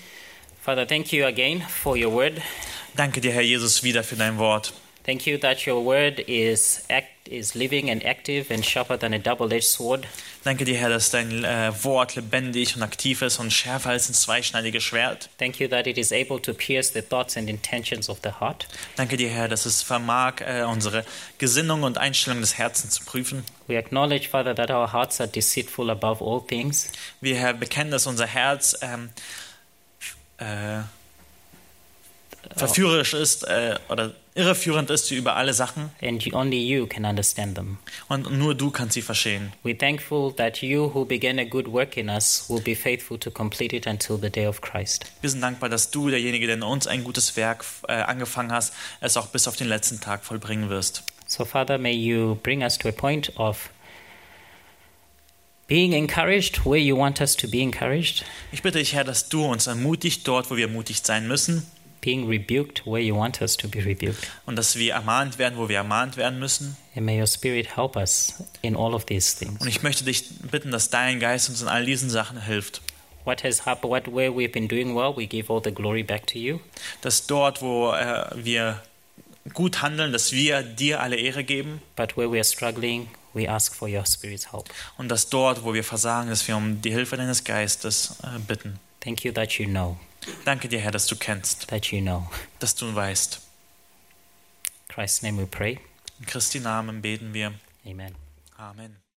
Speaker 1: Father, thank you again for your word.
Speaker 2: Danke dir, Herr Jesus, wieder für dein Wort.
Speaker 1: Thank you that your word is act is living and active and sharper than a double-edged sword.
Speaker 2: Danke dir, Herr, dass dein äh, Wort lebendig und aktiv ist und schärfer als ein zweischneidiges Schwert.
Speaker 1: Thank you that it is able to pierce the thoughts and intentions of the heart.
Speaker 2: Danke dir, Herr, dass es vermag, äh, unsere Gesinnung und Einstellung des Herzens zu prüfen.
Speaker 1: We acknowledge, Father, that our hearts are deceitful above all things.
Speaker 2: Wir, Herr, bekennen, dass unser Herz ähm, äh, verführerisch ist äh, oder irreführend ist über alle Sachen
Speaker 1: and you- only you can understand them.
Speaker 2: und nur du kannst sie verstehen.
Speaker 1: We're thankful that you, who began a good work in us, will be faithful to complete it until the day of Christ.
Speaker 2: Wir sind dankbar, dass du, derjenige, der in uns ein gutes Werk äh, angefangen hast, es auch bis auf den letzten Tag vollbringen wirst.
Speaker 1: So, Father, may you bring us to a point of being encouraged where you want us to be encouraged,
Speaker 2: Ich bitte dich, Herr, dass du uns ermutigt dort, wo wir ermutigt sein müssen
Speaker 1: being rebuked where you want us to be rebuked.
Speaker 2: und dass wir ermahnt werden, wo wir ermahnt werden müssen.
Speaker 1: And may your Spirit help us in all of these things.
Speaker 2: Und ich möchte dich bitten, dass dein Geist uns in all diesen Sachen hilft.
Speaker 1: What has happened, what, where we've been doing well, we give all the glory back to you.
Speaker 2: Dass dort, wo äh, wir gut handeln, dass wir dir alle Ehre geben
Speaker 1: But where we are struggling, we ask for your Spirit's help.
Speaker 2: und dass dort, wo wir versagen, dass wir um die Hilfe deines Geistes äh, bitten.
Speaker 1: Thank you that you know,
Speaker 2: Danke dir, Herr, dass du kennst,
Speaker 1: that you know.
Speaker 2: dass du weißt.
Speaker 1: In Christ's name we pray.
Speaker 2: In Christi Namen beten wir.
Speaker 1: Amen.
Speaker 2: Amen.